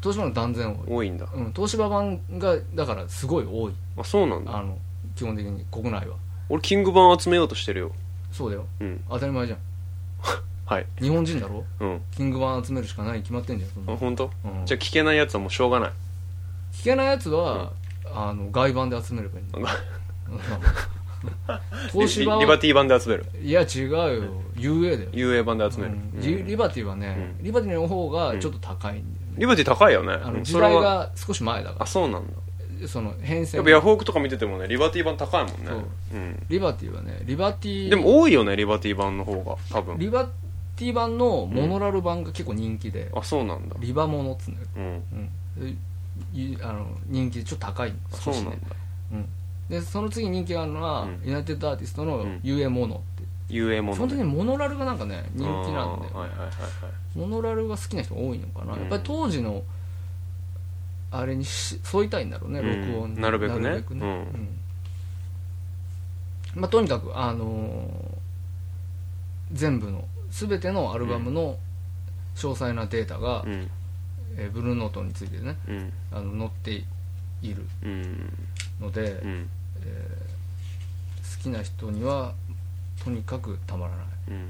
東芝の断然多い、
多いんだ
うん、東芝版がだからすごい多い
あそうなんだ
あの基本的に国内は
俺キング版集めようとしてるよ
そうだよ
うん
当たり前じゃん
はい
日本人だろ
うん
キング版集めるしかないに決まってんじゃんそん
あ
な
本当？
うん
じゃあ聞けないやつはもうしょうがない
聞けないやつは、あの外版で集めればいいんだよ東
リ
芝
リバ
は
ティ版で集める
いや違うよ UA だよ
UA 版で集める、
うん
うん
リリバティはね、リバティの方がちょっと高いんだよね、
リバティ高いよね
あ
う
の
ん
時
それ
代
は
が少し前だか
あそうなんだ
らその変遷
やっぱヤフオクとか見ててもねリバティ版高いもんね
そう
うん
リバティはねリバティ
でも多いよねリバティ版の方が多分
リバティ版のモノラル版が結構人気で、
あそうなんだ
リバモノっつうんだよ、
うん
うんでいあの人気でちょっと高い
あそ
少
う
し
なんだ
ねうんでその次人気があるのは、
うん
ユナイテッドアーティスト
う
の
ん
UA モノって、
UA も
基本
の
的にモノラルがなんかね人気なん
あー
で、
はいはいはいはい
モノラルが好きな人が多いのかな、
うん
やっぱり当時のあれにし沿いたいんだろうね、
うん
録音に
なるべくねうん
うんまあ、とにかく、あのー全部の全てのアルバムの詳細なデータが、
うん
えーブルーノートについてね
うん
あの載っている
うん
ので、
う
好
ん
きな人にはとにかくたまらない
うん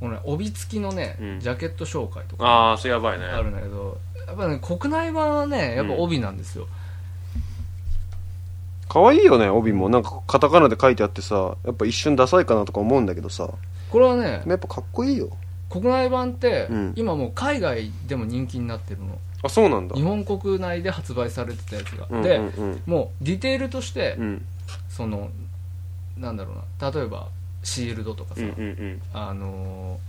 このね帯付きのね、
うん
ジャケット紹介とか
ああそれやばいね
あるんだけどやっぱね国内版はねやっぱ帯なんですよ、
可愛いよね帯もなんかカタカナで書いてあってさやっぱ一瞬ダサいかなとか思うんだけどさ
これはね
やっぱかっこいいよ
国内版って、
うん
今もう海外でも人気になってるの
あそうなんだ
日本国内で発売されてたやつが、
うん
で、
うんうん
もうディテールとして、
うん
そのなんだろうな例えばシールドとかさ、
うんうん
あの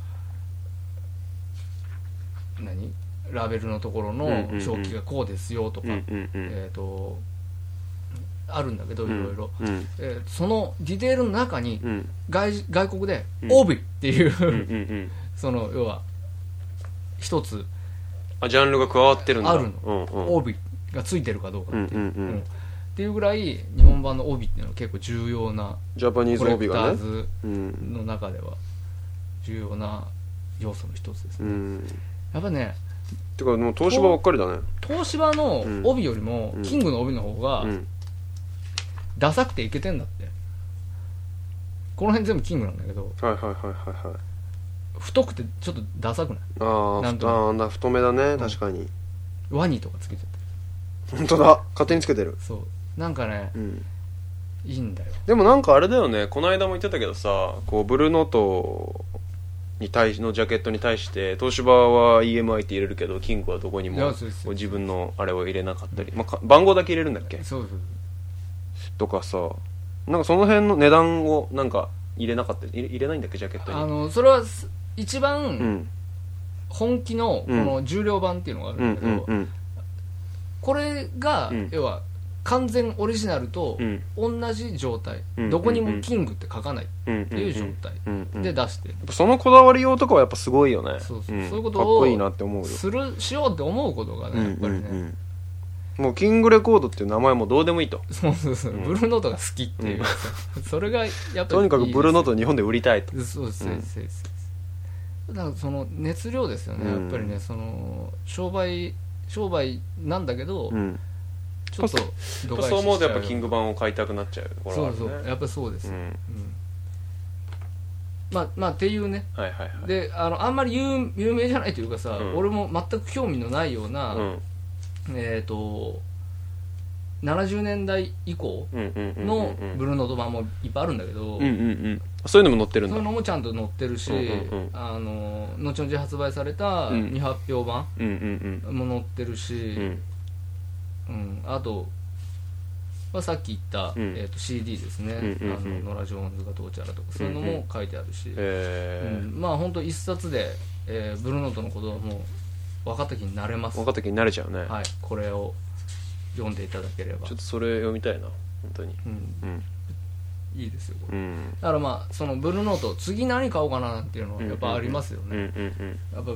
ー何ラベルのところの
うんうんうん
表記がこうですよとか、
うんうんうんうん
えっ、とあるんだけどいろいろ、
うん
えーそのディテールの中に
うん
外外国で
う
「
ん
帯」っていう、
うんうんうん
その要は一つ
あジャンルが加わってるんだ
ある
うん
「
うん
帯」がついてるかどうか
うん
っていうう、
んう
うんっ
ん
ていうぐらい日本版の帯っていうのは結構重要な
ジャパニー
コ
ズ
レ
帯
クタ
が
ー
ね
ズ
うん
の中では重要な要素の一つです
う
ね、
ん
やっぱね
てかもう東芝ばっかりだね
東芝の
うん
帯よりも、
うん
キングの帯の方が
うん
ダサくていけてんだってこの辺全部キングなんだけど
はいはいはいはいはい
太くてちょっとダサくない
あー
なんとなく
あーな太めだね確かに
ワニとかつけちゃって
本当だ勝手につけてる
そうなんかね
うん
いいんだよ
でもなんかあれだよねこの間も言ってたけどさこうブルーノートに対しのジャケットに対して東芝は EMI って入れるけどキングはどこに
い
も
やそうです
こう自分のあれを入れなかったり、まあか番号だけ入れるんだっけ
そうそう
とかさなんかその辺の値段をなんか入れなかった入れ入れないんだっけジャケットに
あのそれはす一
う
番
ん
本気のこの重量版っていうのがある
うん
んだけ
う
ど、
んうん
これが、
うん
要は完全オリジナルと
うん
同じ状態、
うん
どこにもキングって書かないっ
うんって
ていう状態
うんうん
で出してる、
そのこだわりようとかはやっぱすごいよね
そうそう
うん
そういうこと
か
を
っこいいなって思うよ
するしようって思うことがねやっぱりね、
うんうんうんもうキングレコードっていう名前もどうでもいいと
そうそうそう、
うん
ブルーノートが好きっていう、 それがやっぱり
とにかくブルーノート
に
日本で売りたいと
そうですそうですそうですだからその熱量ですよね、
うん
やっぱりねその商売商売なんだけど、
うん
ちょっと
や
度
っ
外
ぱ
視
そう思うと
しち
や
ゃ
っぱキング版を買いたくなっちゃうところ
そ
はあ
う
るね
そうやっぱそうです、
う
うん
ん
まあまあっていうね
はいはいはい
であのあんまり有有名じゃないというかさ、
うん
俺も全く興味のないような、
うん
えっ、と70年代以降
うんうんうんうん
のブルーノート版もいっぱいあるんだけど、
うんうんうんそういうのも載ってるん
そうい
だ
うのもちゃんと載ってるし、
うんうんうん
あの後々発売された
うん
未発表版
うんうん
も載ってる
う
し、
んうん
うんあとはさっき言った、
うん
えー、と CD ですね、
うんうんうん
あのノラ・ジョーンズがどうちゃらとかそういうのも書いてあるし、
え
うんまあ本当一冊で、えーブルーノートのことはもう分かった気になれま
ー、
す
分かった気になれちゃうね、
はい、これを読んでいただければ
ちょっとそれ読みたいな本当に
うん、
うん
いいですよこれ
うん
だからまあそのブルーノート次何買おうかななんていうのはやっぱありますよね、
うんうん
やっぱ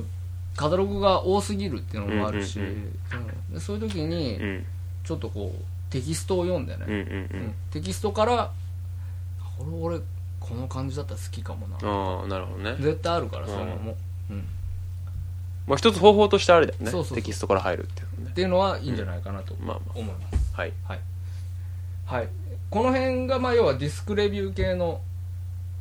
カタログが多すぎるっていうのもあるし、
うんう
うんでそういう時に
うんうん
ちょっとこうテキストを読んでね、
うんうんう
うん
ん
テキストからあこれ俺この感じだったら好きかもな
ああなるほどね
絶対あるからそういうのも、うん
まあ一つ方法としてあれだよね
そうそうそう
テキストから入るっていうのね
っていうのはいいんじゃないかなと
まあま
思います、
あはい
はい、はい、この辺がまあ要はディスクレビュー系の、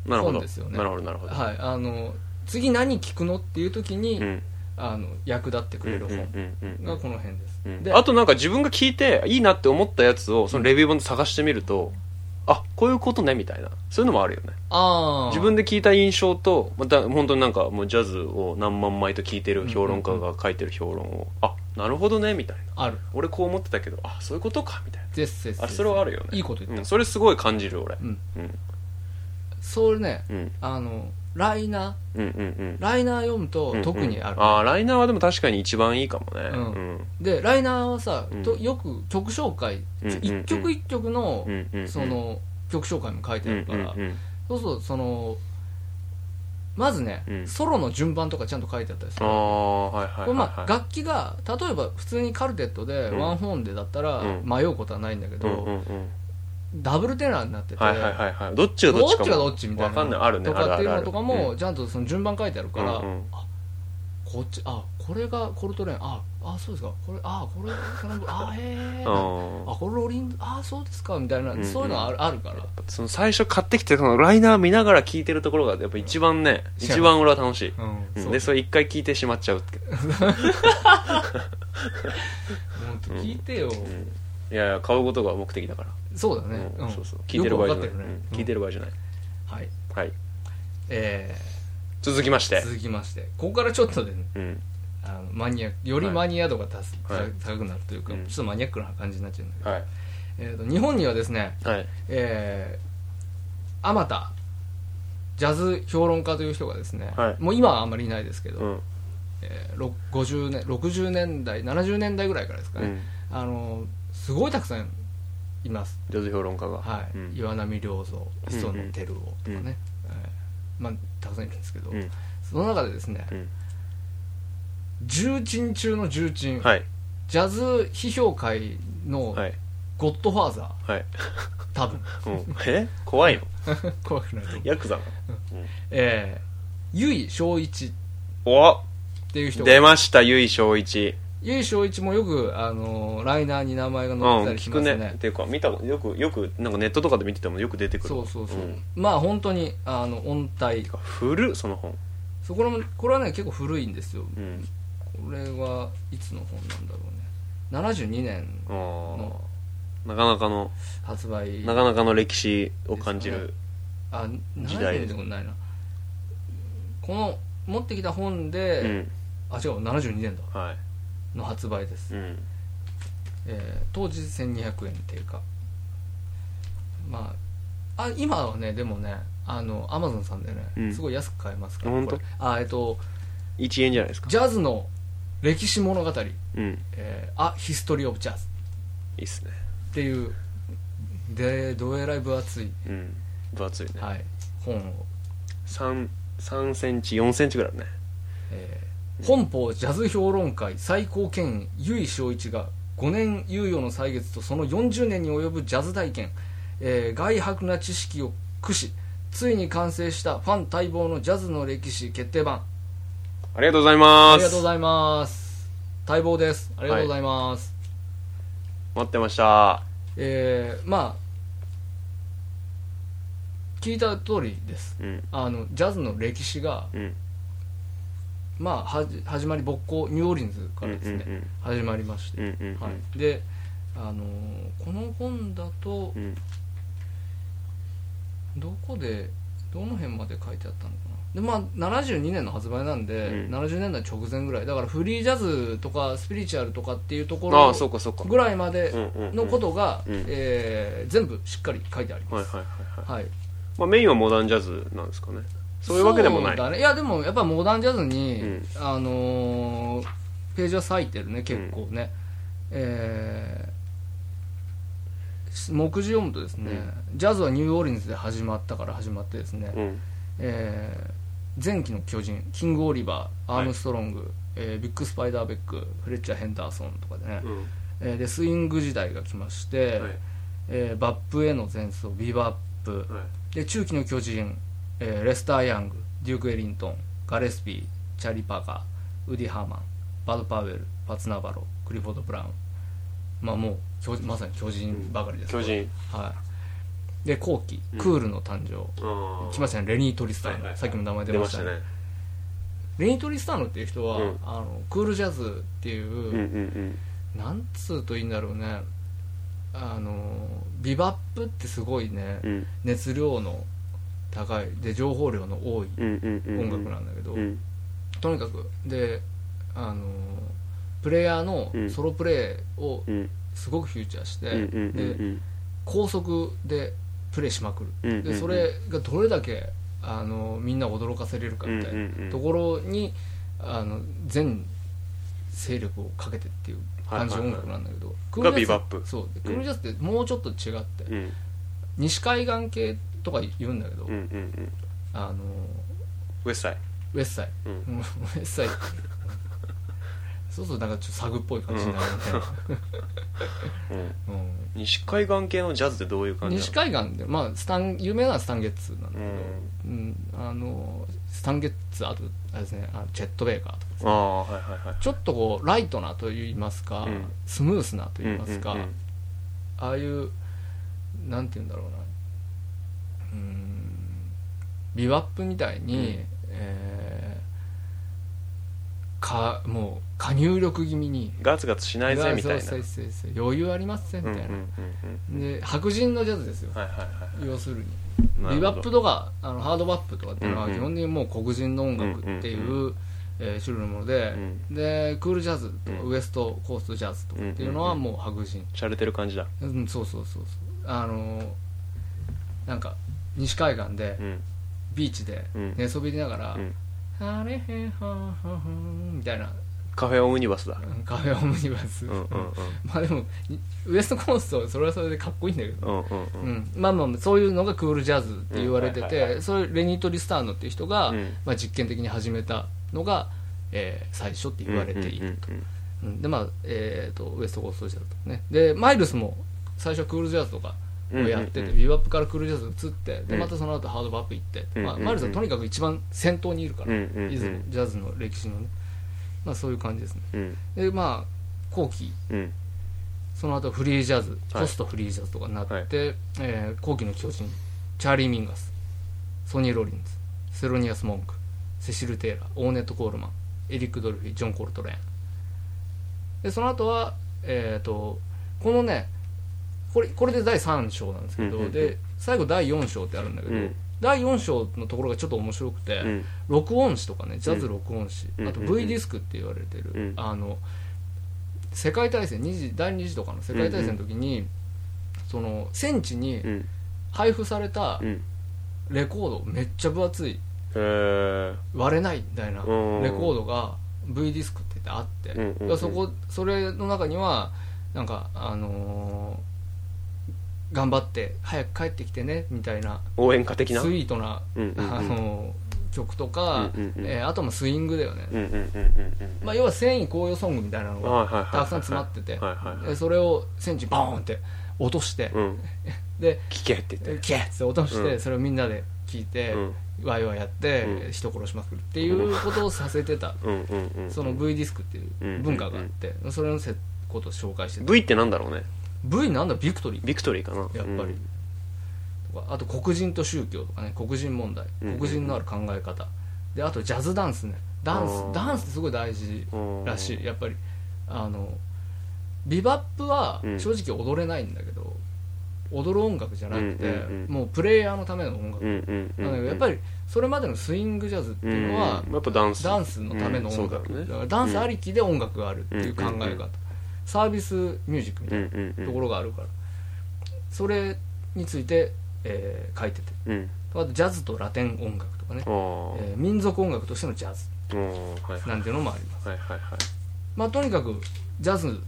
なるほど、
そうですよね
なるほどなるほど
はい、あの次何聞くのっていう時に、
うん
あの役立ってくれる
うん
本
うんうん
がこの辺です、
うん
で
あとなんか自分が聞いていいなって思ったやつをそのレビュー本で探してみると、あこういうことねみたいなそういうのもあるよね
あー
自分で聞いた印象とまた本当になんかもうジャズを何万枚と聞いてる評論家が書いてる評論を、あなるほどねみたいな
ある
俺こう思ってたけどあそういうことかみたいな
ですです
あそれはあるよね
いいこと言った
うんそれすごい感じる俺
うん
うん
それね
うん
あのライナ
うんうんうん
ーライナー読むと
うん
特にある、
あーライナーはでも確かに一番いいかもね
う
うんん
でライナーはさ、
うん
とよく曲紹介、
うんうんうん
一曲一曲の、
うんうんうん
その曲紹介も書いて
うんう
あ
ん
るから、
うん
そうそうそのまずね、
うん
ソロの順番とかちゃんと書いてあったりす
あ
る
あはいはいはい、
こ
は
れ
い、
まあ楽器が例えば普通にカルテットで
うん
ワンホーンでだったら
うん
迷うことはないんだけど、
うんうんうん
ダブルテナーになってて、
はいはいはいはいどっちが
ど
ど
っ
っちか
ちがどっちみたい
分
な
かんないあるね
と
ある
か
あ
っていう
るあ
の
る
とか
う
も
ん
ちゃんとその順番書いてあるから、
うんうん
あこっちあこれがコルトレーンああそうですかこれあこれそのあへえ
あ
あこれローリンあそうですかみたいな、
うんうん
そういうのはあるあるから
ーその最初買ってきてそのライナー見ながら聴いてるところがやっぱ一番ね
幸せ
一番俺は楽しい、
う
うん
そう
でそれ一回聴いてしまっちゃうって、
本当聞いてよ、
うん、いやいや買うことが目的だから、
そうだね、
うん
うん
そうそう聴いてる場合じゃない、
よくわかってるね
うん聞いてる場合じゃない、
はい
はい
え
続きまし
ー
て
続きましてここからちょっとでね
うん
あのマニアックよりマニア度が高す
はい
高くなるというか、
うん
ちょっとマニアックな感じになっちゃうんだけど、
はい
えー、と日本にはですね
はい
えーあまたジャズ評論家という人がですね、
はい
もう今はあんまりいないですけど、
うん
えーろ50年60年代70年代ぐらいからですか
う
ね、
ん
あのすごいたくさんいます、
ジャズ評論家が
はい
うん
岩波良三磯野照夫とか
う
ね、
んうん
えーまあ、たくさんいるんですけど、
うん
その中でですね、
うん
重鎮中の重鎮、
はい
ジャズ批評会の
はい
ゴッドファーザー、
はい、
多分
うん、え怖いの
怖くないと思う
ヤクザな
えー、ゆい正一
お
っていう人が
出ました由井正一
ゆい正一もよく、あのーライナーに名前が
うん
載ってたりし
聞
ま
く
すね,、
ねっていうか見たよくよくなんかネットとかで見ててもよく出てくる
そうそうそう、
ん
まあ本当にあの音体
てか古っその本
そこらもこれはね結構古いんですよ
うん
これはいつの本なんだろうね72年
あーなかなかの
発売
なかなかの歴史を感じる
あ
時代
70年でもないなこの持ってきた本で、
うん
あ違う72年だ
は
の発売です
いうん
えー当時1200円定価まああ今はねでもねあのアマゾンさんでね、
うん
すごい安く買えますから
ほんと
これあえっ、と
1円じゃないですか
ジャズの歴史物語
うん
「えー、A History of Jazz」
いいっすね
っていうでどえらい分厚い、
うん分厚いね
はい、本を、
3三センチ4センチぐらいあるね
えー本邦ジャズ評論会最高権威由井正一が5年猶予の歳月とその40年に及ぶジャズ体験、えー外迫な知識を駆使ついに完成したファン待望のジャズの歴史決定版
ありがとうございます
ありがとうございます待望ですありがとうございます、
待ってました
えーまあ聞いた通りです
うん
あのジャズの歴史が、
うん
まあ、はじ始まり母校ニューオーリンズか
うん
ら
う
ですね、
ん
始まりまして
うんうんうん
はい、で、あのーこの本だと
うん
どこでどの辺まで書いてあったのかなでまあ72年の発売なんで、
うん
70年代直前ぐらいだからフリージャズとかスピリチュアルとかっていうとこ
ああそう
ろ
かそうか
ぐらいまで
うんうんうん
のことが、
うん
えー全部しっかり書いてあり
はいはい
ます、
はいはい、
はい
まあ、メインはモダンジャズなんですかねそういうわけでもない
そうだね、いやでもやっぱモダンジャズに、
うん
あのーページは割いてるね結構ね、えー目次読むとですね、ジャズはニューオーリンズで始まったから始まってですね、
うん
えー前期の巨人キング・オリバーアームストロング、えービッグ・スパイダーベックフレッチャー・ヘンダーソンとかでね、
うん
えーでスイング時代が来まして、
はい
えーバップへの前奏ビバップ、
はい
で中期の巨人、えーレスター・ヤングデューク・エリントンガレスピーチャーリー・パーカーウディ・ハーマンバド・パウエルパツ・ナバロクリフォード・ブラウンまあもう巨まさに巨人ばかりです、
巨人
はいで後期
うん
クールの誕生、
ああ
来ましたねレニー・トリスターノ、
はいはいはい
さっきも名前出
出
ま
ま
し
したた
ね
ね
レニー・トリスターノっていう人は、
うん
あのクールジャズっていう、
うんうん
なんつうといいんだろうねあのビバップってすごいね、
うんうん
熱量の高いで情報量の多い
うんうんうん
音楽なんだけど、
うん
とにかくであのプレイヤーの
うん
ソロプレイを
うん
すごくフューチャーして、
うんうんうんう
で
ん
高速でプレイしまくる、
うんうんうん
でそれがどれだけあのみんなを驚かせれるかみたい
うんうんう
なんところにあの全勢力をかけてっていう感じの音楽なんだけど、ク
が
ールジャズ
ビバップ
そうでクールジャズってもうちょっと違って、
うん
西海岸系とか言うんだけど、
うんうんうん
あの
ウェッサイ
ウェッサイ
うん
うんウェッサイそうするとなんかちょっとサグっぽい感じになる
うん
みたいな、
西海岸系のジャズってどういう
う
感
ん
じなの
西海岸で、まあ、スタン有名なのはスタンゲッツなんだけど、
う
うんあのスタンゲッツあとあれです、ね、あチェット・ベイカーとか
ああはいはいはい
ちょっとこうライトなといいますか、
うん
スムースなといいますか、
うんうん
ああいうなんて言うんだろうなうーんビバップみたいに、
うん
えーかもう加入力気味に
うんガツガツしないぜみたいな
そうそうそうそう余裕ありますぜ
うんう
み
ん
たい
う
な、
んうん
で白人のジャズですよ、
はいはいはい
要するに
なるほど
ビバップとかあのハードバップとかっていうのは
うんうん
基本的にもう黒人の音楽っていう、
うんう
えー種類のもので、でクールジャズとか、
うん
ウエストコーストジャズとかっていうのは
うんうん
もう白人、
しゃれてる感じだ
うん、そうそうそうそうあのーなんか西海岸で
うん
ビーチで
うん
寝そべりながら
うん
「ハレヘンハンハンハン」みたいな
カフェオムニバスだ
うんカフェオムニバス、
うんうんうん
まあでもにウエストコーストはそれはそれでかっこいいんだけど、
うんうんう
うんんまあまあそういうのがクールジャズって言われて
うんはい
て、
はいはい
そういうレニート・リスターノっていう人が、
うん
まあ、実験的に始めたのが、えー最初って言われている、
うんうん
うんでまあ、えー、とウエストコーストジャズとかねでマイルスも最初はクールジャズとかをやってて、
うんうんうん
ビバップからクールジャズ移ってで
うん
またその後ハードバップ行って、
うんうん
まあ、マイルスはとにかく一番先頭にいるから、
うんうんうん
イズムジャズの歴史のね、まあ、そういう感じですね
うん
でまあ後期
うん
その後フリージャズポストフリージャズとかになって、
はい
えー後期の巨人チャーリー・ミンガスソニー・ロリンズセロニアス・モンクセシル・テイラーオーネット・コールマンエリック・ドルフィージョン・コルトレーンでその後はえっ、とこのねこれこれで第3章なんですけど、
うんうんうん
で最後第4章ってあるんだけど、
うん
第4章のところがちょっと面白くて、
うん
録音師とかねジャズ録音師、
うん
あと
うんうんうん
V ディスクって言われてる、
うん
あの世界大戦二次第二次とかの世界大戦の時に、その戦地に
うん
配布された
うん
レコードめっちゃ分厚い
へー
割れないみたいなレ
うん
コードが V ディスクって言ってあって、
うんうんうん
だからそこそれの中にはなんかあのー頑張って早く帰ってきてねみたいな
応援歌
ス
的
イ
な
ートな、
うんうんうん
あのー曲とか、
うんうんうん
えーあとはもうスイングだよね、
うんうんうんうんうん
まあ、要は繊維紅葉ソングみたいなの
はいはいはい
が
はい
たくさん詰まってて
はいはいはい
でそれを戦地にバーンって落として、
うん
で
聞けって言って
キャッて落として、
うん
それをみんなで聞いて、
うん
ワイワイやって、
うん
人殺しまくるっていうことをさせてた、
うんうんうん
その V ディスクっていう文化があって、それのせことを紹介してた
V ってなんだろうね
V なんだビクトリー
ビクトリーかな
やっぱりとかあと黒人と宗教とかね黒人問題
うん
黒人のある考え方であとジャズダンスねダン
あ
ス
ー
ダンスってすごい大事
うん
らしいやっぱりあのビバップは
うん
正直踊れないんだけど、踊る音楽じゃなくて、
うんうんうん
もうプレイヤーのための音楽、
うんうんうんうん
なだけ
ん
どやっぱりそれまでのスイングジャズっていうのは、
うんやっぱダンス
ダンスのための音楽、
うんそうだよね
からダンスありきで音楽があるっていう考え方、
うんうんうん
サービスミュージックみた
う
い
んうんう
なんところがあるから、それについて、えー書いてて
うん
あとジャズとラテン音楽とかね
あ、ー
えー民族音楽としてのジャズ
あーはいは
なんていうのもあります、
いはいはいはい
まあ、とにかくジャズ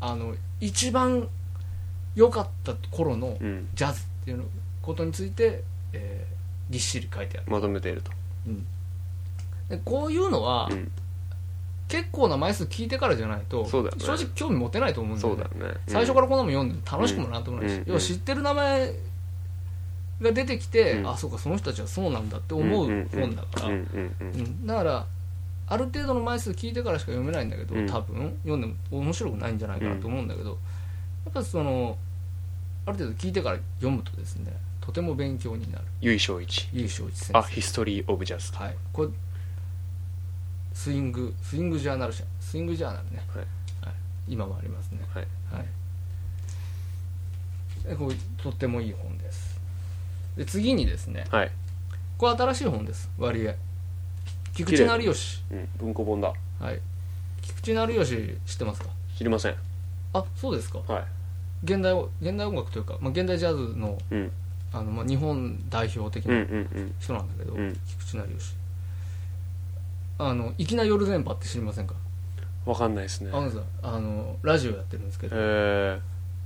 あの一番良かった頃の
うん
ジャズっていうのことについて、えーぎっしり書いてある、
まとめていると
でこういうのは、
うん
結構な枚数聞いてからじゃないと、
そうだよね
正直興味持てないと思うんだ
そ
よ
う
ね
だよね
最初からこんなもん読んでも楽しくもなんともないし、
うん
要は知ってる名前が出てきて、
うん
あそうかその人たちはそうなんだって思う本だから、
うんうんうん
うん、だからある程度の枚数聞いてからしか読めないんだけど、
うん
多分読んでも面白くないんじゃないかなと思うんだけど、やっぱそのある程度聞いてから読むとですねとても勉強になる
由井正一
優勝一先
あヒストリー・オブ・ジャズ
生はいこれスイングスイングジャーナル社スイングジャーナルね、
はい
今もありますね
はい
はいでこれとってもいい本ですで次にですね
はい
これ新しい本です割合菊
綺
池
麗
成吉
うん文庫本だ
はい菊池成吉知ってますか
知りません
あそうですか
は
現代を現代音楽というか、まあ、現代ジャズの
いうん
あの、まあ、日本代表的
うん
な
うん
人なんだけど、
うんうん
菊池成吉あの「粋な夜電波」って知りませんか
わかんないですね
あのさあのラジオやってるんですけど
え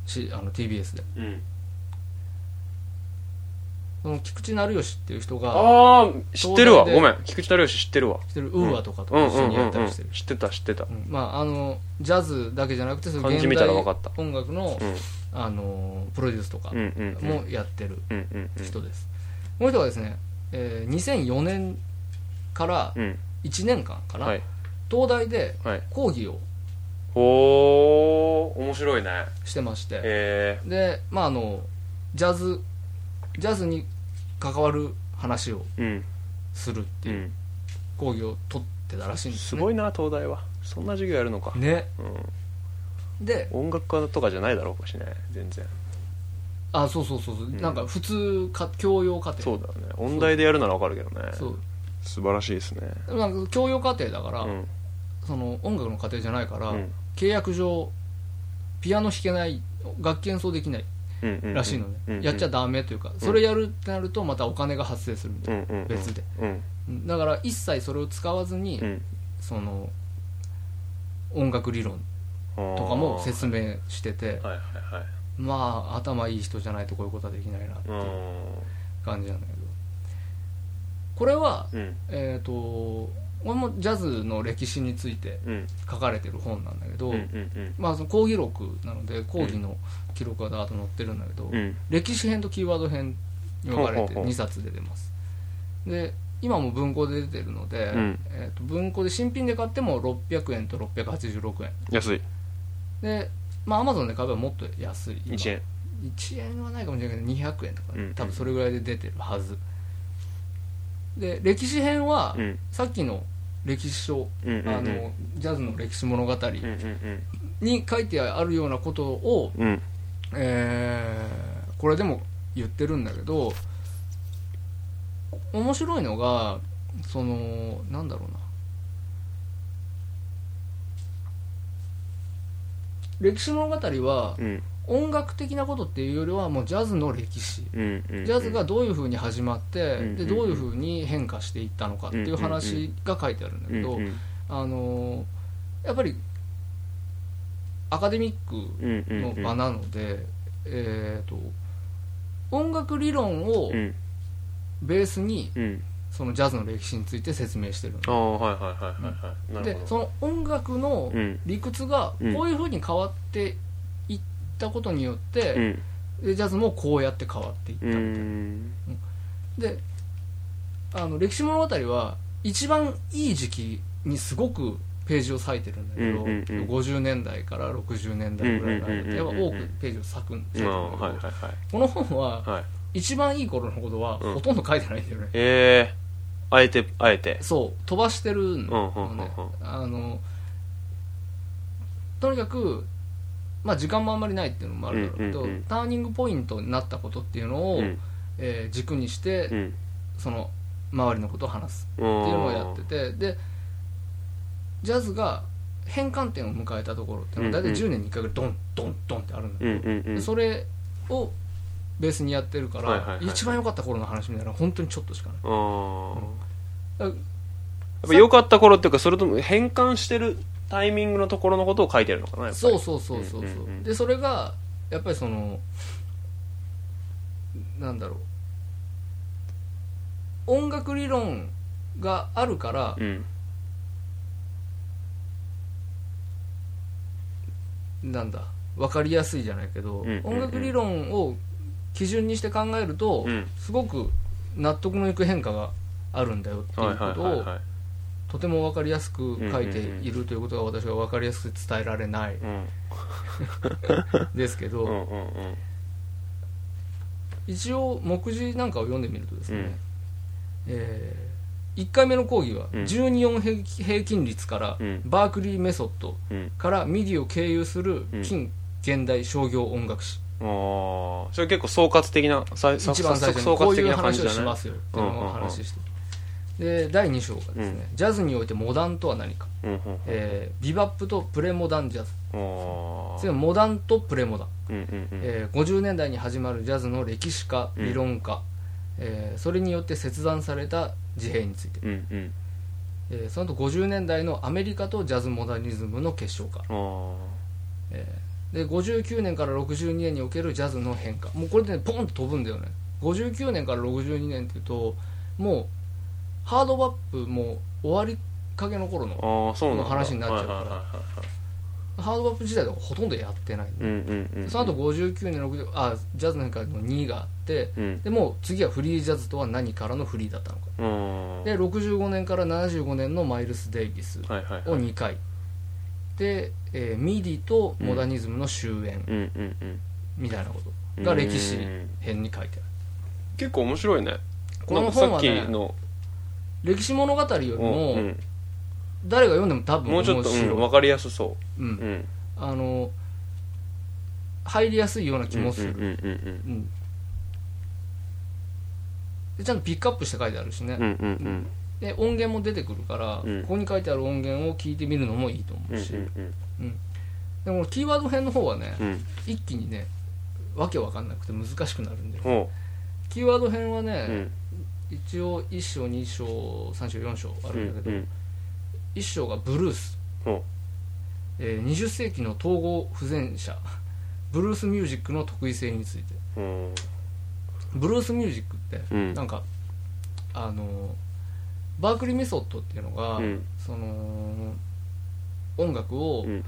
しあの TBS で
ーうん
その菊池成吉っていう人が
ああ知ってるわ
東大
ご
で
めん菊池成吉知ってるわ
してる
ん
ウーアとかと
うん
一
う
緒
ん
に
う
や
ん
った
うん
りしてる、
知ってた知ってた
うんまああのジャズだけじゃなくてそういう
漢字
現
見た
代
らわかった
音楽の
うん
あのプロデュースとか
うんうんうん
もやってる
うんうんうん
人です、この人がですね、えー2004年から
うん
1年間かな、
はい
東大で
はい
講義を
おお面白いね
してまして、
え
でまああのジャズジャズに関わる話を
えうん
するって
う
いうん講義を取ってたらしいんです
す
ね、
ごいな東大はそんな授業やるのか
ね
うん
で
音楽家とかじゃないだろうしね全然
あそうそうそうそう、
ん
なんか普通か教養課程
そうだよね音大でやるならわかるけどね
そう
素晴らしいですね
でもなんか教養課程だから、
うん
その音楽の課程じゃないから、
うん
契約上ピアノ弾けない楽器演奏できない
うんうんうん
らしいのね、
うんうん
やっちゃダメというか、それやるってなるとまたお金が発生するみた
う
い
んうんうん
な、別で、
うん
うんだから一切それを使わずに、
うん
その音楽理論とかも説明してて、
はいはいはい
まあ頭いい人じゃないとこういうことはできないなって
う
いうん感じなんだけどこれは、
うん
えっ、とこれもジャズの歴史について
うん
書かれてる本なんだけど、
うんうん
まあ、その講義録なので講義の記録がだーっと載ってるんだけど、
うん
歴史編とキーワード編に分かれ
ほう
て
ほうほう
2冊出てますで今も文庫で出てるので、
うん
えー、と文庫で新品で買っても600円と686円
安い
でまあアマゾンで買えばもっと安い今
1円
1円はないかもしれないけど200円とか、
うん
多分それぐらいで出てるはずで歴史編は、
うん
さっきの歴史書、
うんうんうん
あのジャズの歴史物語
うんうん
に書いてあるようなことを、
うんうん
えーこれでも言ってるんだけど面白いのがそのなんだろうな歴史物語は
うん
音楽的なことっていうよりはもうジャズの歴史
うんうん
ジャズがどういうふうに始まって
うん
でどういうふうに変化していったのかっていう話が書いてあるんだけど
うん
あのーやっぱりアカデミック
うんうん
の場なので、えー、と音楽理論を
うん
ベースに
うん
そのジャズの歴史について説明してる
ああはいはいはいはいはいなる
ので
ほど
その音楽の
うん
理屈が
うん
こういうふうに変わっていったことによっ
う
て、
ん
でジャズもこうやって変わっていった
う
みたいな、
ん
であの歴史物語は一番いい時期にすごくページを割いてるんだけど、
うんうんうん
50年代から60年代ぐらいの間でやっぱ多くページを割くんです
あ
よ、
あはいはいはい
この本は
はい
一番いい頃のことは
うん
ほとんど書いてないんだよね、
ええあえてあえて
そう飛ばしてる
う
のね、
んうんうんうん
あのとにかくまあ、時間もあんまりないっていうのもあるだろうけど、
うんうんうん
ターニングポイントになったことっていうのを、
うん
えー軸にして、
うん
その周りのことを話す
ってい
っていうのをやっててでジャズが変換点を迎えたところっていうのは大体10年に1回ぐらいドンドンドンってあるんだけ
うん
ど、
うんうん
でそれをベースにやってるから、
はいはいはい
一番良かった頃の話みたいなのは本当にちょっとしかない
あー
うんだから
やっぱ良かった頃っていうかそれとも変換してるタイミングのところのことを書いてるのかなやっぱり
そうそうそうそうそう,、
んんん
でそれがやっぱりそのなんだろう音楽理論があるから、
うん
なんだ分かりやすいじゃないけど、
うんうんうん
音楽理論を基準にして考えると、
うん
すごく納得のいく変化があるんだよって
はいいうは
こ
い
と
はい
を
はい
とても分かりやすく書いて
うんうん
いるということが私は分かりやすく伝えられな
う
い
ん
ですけ ど、
うんうんうん
一応目次なんかを読んでみるとですね、
うん
え1回目の講義は
うん
12音平均平均率から
うん
バークリーメソッド
うん
からミディを経由する近現代商業音楽史、
ああそれ結構総括的なささ
一番
早
最
速
初に
総
こ
括
うい
的
う
な感
話
じ
を
だ
し
ね
ますよっていうのを話して、で第2章がですね、ジャズにおいてモダンとは何か、
うんうんうん
えービバップとプレモダンジャズ
あ
つ
ー
まりモダンとプレモダン、
うんうんうん
えー50年代に始まるジャズの歴史家
うん
理論家、えーそれによって切断された自閉について、
うんうん
えーその後50年代のアメリカとジャズモダニズムの結晶化
あー
で59年から62年におけるジャズの変化もうこれでねポンと飛ぶんだよね59年から62年っていうともうハードバップも終わりかけの頃
あ
の
ーそうなんだ
の話になっちゃうから
はいはいはいはいはい
ハードバップ時代とかほとんどやってないん
う
で、
んうんうん
その後59年60あジャズの変化の2があって
うん
でもう次はフリージャズとは何からのフリーだったのか
うん
で65年から75年のマイルス・デイビス
はいはい
を
はい
2回で、えーミディとモダニズムの終焉
うんうんうん
みたいなことが歴史
うん
編に書いてある
結構面白いね
この
なんか
本
さっ
は
き
ね
の
歴史物語よりも、
うん
誰が読んでも多分
もうちょっと、
面白い
うん、分かりやすそうう、うんん、
あの入りやすいような気もする、
うんうんうん
うんでちゃんとピックアップして書いてあるしね、
うんうんうんうん
で音源も出てくるから、
うん
ここに書いてある音源を聞いてみるのもいいと思
うんう
うんし、
うん
でもキーワード編の方はね、
うん
一気にねわけわかんなくて難しくなるんで
ほ
キーワード編は
う
ね、
うん
一応1章2章3章4章あ
う
るんだけ
んう
ど、
ん
1章がブルース
ほ
えー20世紀の統合不全者ブルースミュージックの特異性について
うほ
ブルースミュージックって
ううん
なんかあのーバークリーメソッドっていうのが、
うん
その音楽を
うん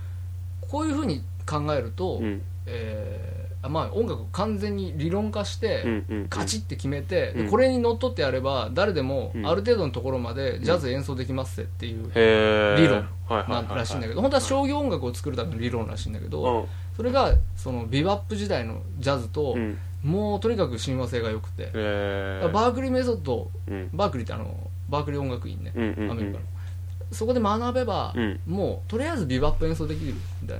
こういうふうに考えると、
うん
えーあまあ、音楽を完全に理論化して、
うんうん
カチッて決めて、で
うん
これにのっとってやれば誰でも
うん
ある程度のところまでジャズ演奏できますぜっていう、
へえ
理論
はいはいは
ない
はい
らしいんだけど本当は商業音楽を作るための理論らしいんだけど、
うん
それがそのビバップ時代のジャズと、
うん
もうとにかく親和性が良くて、
へえ
バークリーメソッド
うん
バークリーってあのバークリー音楽院ね、
うんうんうん
アメリカのそこで学べば、
うん
もうとりあえずビバップ演奏できるみたい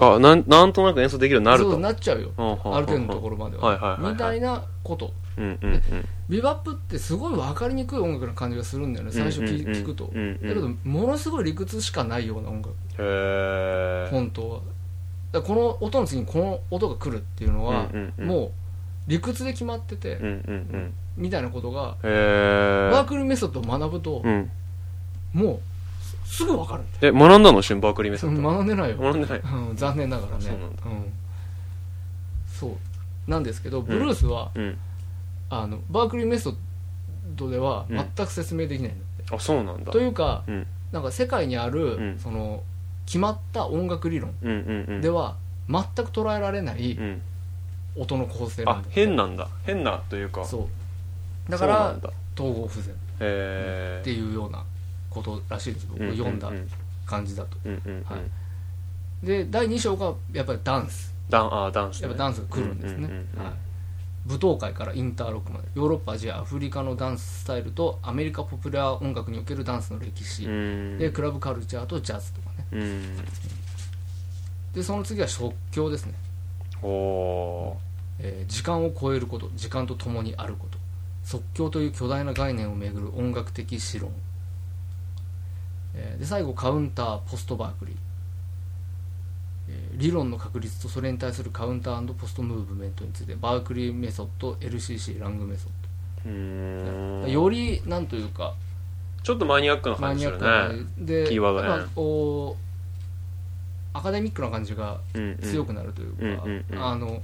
な
あなんなんとなく演奏できるようになる
そう
と
なっちゃうよ、
ほうほうほう
ある程度のところまで
はいはいはいはい
みたいなこと
うんうんうん
ビバップってすごい分かりにくい音楽な感じがするんだよね最
う
初聞,、
んうんうん
くと、
うんうん
だけどものすごい理屈しかないような音楽
へえ
本当はだからこの音の次にこの音が来るっていうのは、
うんうんうん
もう理屈で決まってて、
うんうんうん
みたいなことが
へえ
バークリーメソッドを学ぶと、
うん
もうすすぐ分かるんだよ
え学んだの瞬バークリーメ
そ
ソッ
の
ド
学んでないよ、
学んでない
うん、残念ながらね
そうなんだ
うんそうなんですけどブルースは、
うん
あのバークリーメソッドでは
うん
全く説明できないんだって、
あそうなんだ
というか
うん
なんか世界にある、
うん
その決まった音楽理論
うんうんうん
では全く捉えられない
うん
音の構成なんだ
あ
って
変なんだ変なというか
そうだ
だ
か
そうな
ら
んだへ
統合不全っ
え
ていうようなことらしいです僕が読んだ
うん
感じだと
うんうんうん
はいで第2章がやっぱりダンス
ダンあーダンス
やっぱダンスが来るんですね
うんうんうんうん
はい舞踏会からインターロックまでヨーロッパアジアアフリカのダンススタイルとアメリカポピュラー音楽におけるダンスの歴史
うん
でクラブカルチャーとジャズとかね
うん
でその次は即興ですね、
おお
えー時間を超えること時間と共にあること即興という巨大な概念をめぐる音楽的思論、えーで最後カウンターポストバークリー、えー理論の確立とそれに対するカウンターポストムーブメントについてバークリーメソッド LCC ラングメソッ
うー
ド
ん
よりなんというか
ちょっとマニアックな
マ
感じ
ニ
する
アックな感
ね
じで
キーワードね
まあこうアカデミックな感じが
うんうん
強くなるというか、
うんうんうん
あの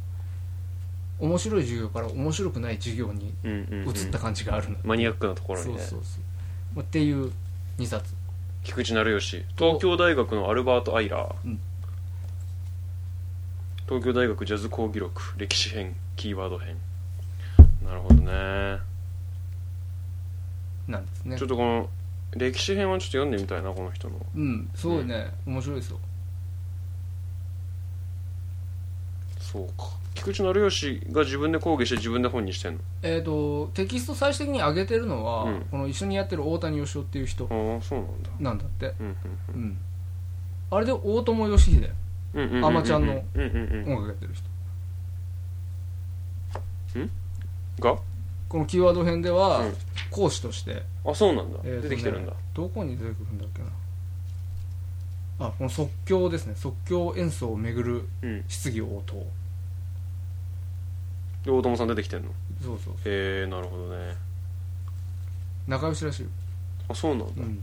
面白い授業から面白くない授業に
うんうんうん
移った感じがあるの、
マニアックなところ
そ
に
う
ね
そうそうまあっていう2冊
菊池成吉東京大学のアルバート・アイラー、
うん
東京大学ジャズ講義録歴史編キーワード編なるほどね
なんですね
ちょっとこの歴史編はちょっと読んでみたいなこの人の
うんすごいね、面白いですよ
そうか菊池成吉が自分で講義して自分で本にしてんの
えっ、とテキスト最終的に上げてるのは、
うん
この一緒にやってる大谷義夫っていう人
ああそうなんだ
なんだって、
うん
うん、あれで大友義秀
うんうんうんうんうんうん
アマちゃんの
うんうん
音楽やってる人
が
このキーワード編では、
うん
講師として
あそうなんだ
えーと
出
ね
てきてるんだ
どこに出てくるんだっけなあこの即興ですね即興演奏をめぐる
うん
質疑応答
で大友さん出てきてんの
そうそう
へえなるほどね
仲良しらしいよ、
あそうなん
う
だ
ん、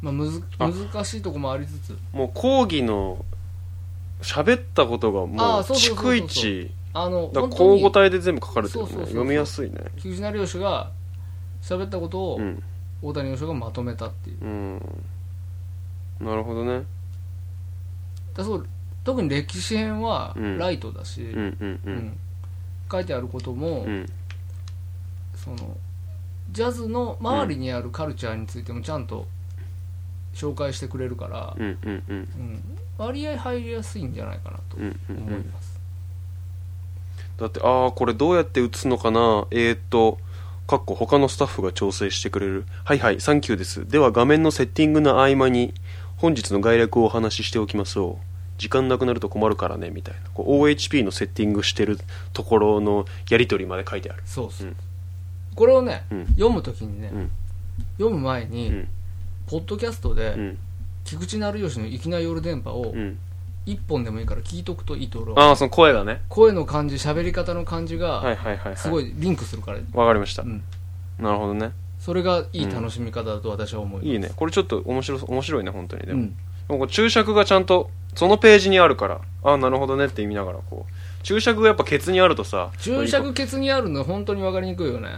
まあむず
あ
難しいとこもありつつ
もう講義の喋ったことがも
あ
う
ーそうそうそうそう
逐一
あの
だから
本当
交互
に
体で全部書かれてる
そうそ
ね
うそうそう
読みやすいね
菊池成吉が喋ったことを
うん
大谷義夫がまとめたっていう
うんなるほどね
だそう特に歴史編は
うん
ライトだし、
うんうんう
うんん書いてあることも、
うん
そのジャズの周りにあるカルチャーについてもちゃんと紹介してくれるから、
うんうんうん
うん割合入りやすいんじゃないかなと
うんうんう
思い
ん
ます、
だってああこれどうやって打つのかなえー、っとかっこ他のスタッフが調整してくれるはいはいサンキューですでは画面のセッティングの合間に本日の概略をお話ししておきましょう時間なくなると困るからねみたいなこう OHP のセッティングしてるところのやり取りまで書いてある
そうそう、
うん
これをね、
うん
読むときにね、
うん
読む前に、
うん
ポッドキャストで、
うん
菊池成吉の粋な夜電波を
うん
一本でもいいから聞いとくといいと俺は
ああその声がね
声の感じ喋り方の感じ
はい
が
はいはい、はい、
すごいリンクするから、
わかりました、
うん、
なるほどね
それがいい楽しみ方だと私は思います、
いいねこれちょっと面白そう面白いね本当にで
う
も、
ん、
でもこう注釈がちゃんとそのページにあるからああなるほどねって見ながらこう注釈がやっぱケツにあるとさ
注釈ケツにあるの本当に分かりにくいよね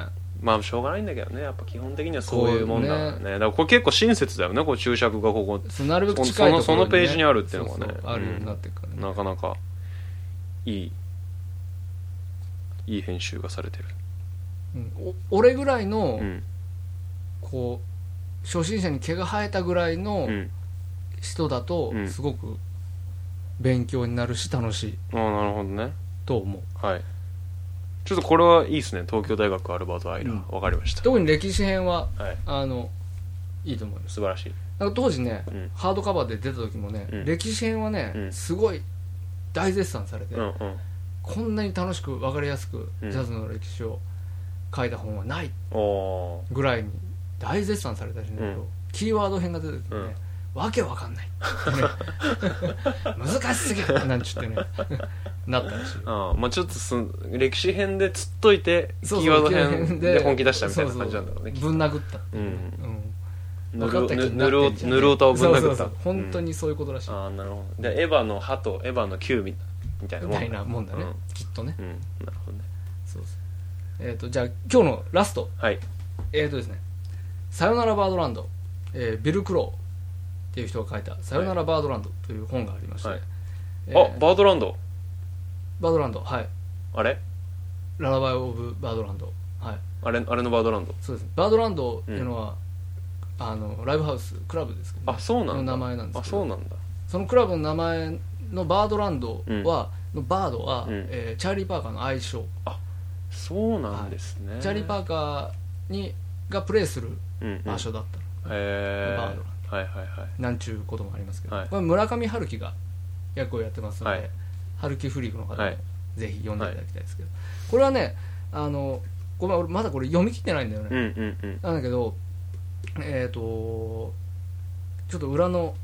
まあしょうがないんだけどねやっぱ基本的にはそういうもんだから
こ
ね
う
だからこれ結構親切だよねこう注釈がここ
そうなるべく近いところに、ね、
そのそのページにあるっていうのがね
そうそうあるようになってるからね、
なかなかいいいい編集がされてる
うんお俺ぐらいの、
うん
こう初心者に毛が生えたぐらいの
うん
人だと、
うん
すごく勉強になるし楽しい
ああなるほどね
と思う
はいちょっとこれはいいですね東京大学アルバート・アイラー
うん
わ、かりました
特に歴史編は
はい
あのいいと思います
素晴らしい
なんか当時ね、
うん
ハードカバーで出た時もね、
うん
歴史編はね、
うん
すごい大絶賛されて、
うんうん
こんなに楽しく分かりやすく
う
ジ
ん
ャズの歴史を書いた本はない
おお
ぐらいに大絶賛されたしね、
うん
キーワード編が出た時にね、わけわかんない、 ね難しすぎるなんちゅってねなったらしい
ああまあちょっとその歴史編でつっといて
そうそう
キーワード
キーワード
編
編
で
で
本気出したみたいな
そうそ
感
う
じなんだろうねきっと
ぶん殴ったっていうね、
う
うん
ぬ
分かった気
る
に
ぬ
なって
る
んじゃん
ぬるおたをぶん殴った
そうそうそう本当
に、
にそういうことらしい、
ああなるほどでエヴァの歯とエヴァの球みみたいな
み
もん
たいなもんだね、
うん
きっとね
うんなるほどね
そうそうえー、とじゃあ今日のラスト
はい
えー、とですね「さよならバードランド」えービル・クローっていう人が書いた「さよならバードランド」という本がありまして、
はい
え
あ
ー
バードランド
バードランドはい
あれ
「ララバイ・オブ・バードランド」はい
あれあれのバードランド
そうですねバードランドっていうのは、あのライブハウスクラブですけど、
あそうなんだ
の名前なんです
あ
け
そ
ど
うなんだ
そのクラブの名前のバードランドは、のバードは、
うん
えーチャーリー・パーカーの愛称
そうなんですね。
チャーリー・パーカーにがプレイする
うんうん
場所だったの、
へー
バード
はいはいはい。
なんちゅうこともありますけど、
はい
これ村上春樹が役をやってますので、
はい
春樹フリークの方も
はい
ぜひ読んでいただきたいですけど、これはねあのごめん俺まだこれ読み切ってないんだよね、
うんうんうん。
なんだけどえっ、とちょっと裏の、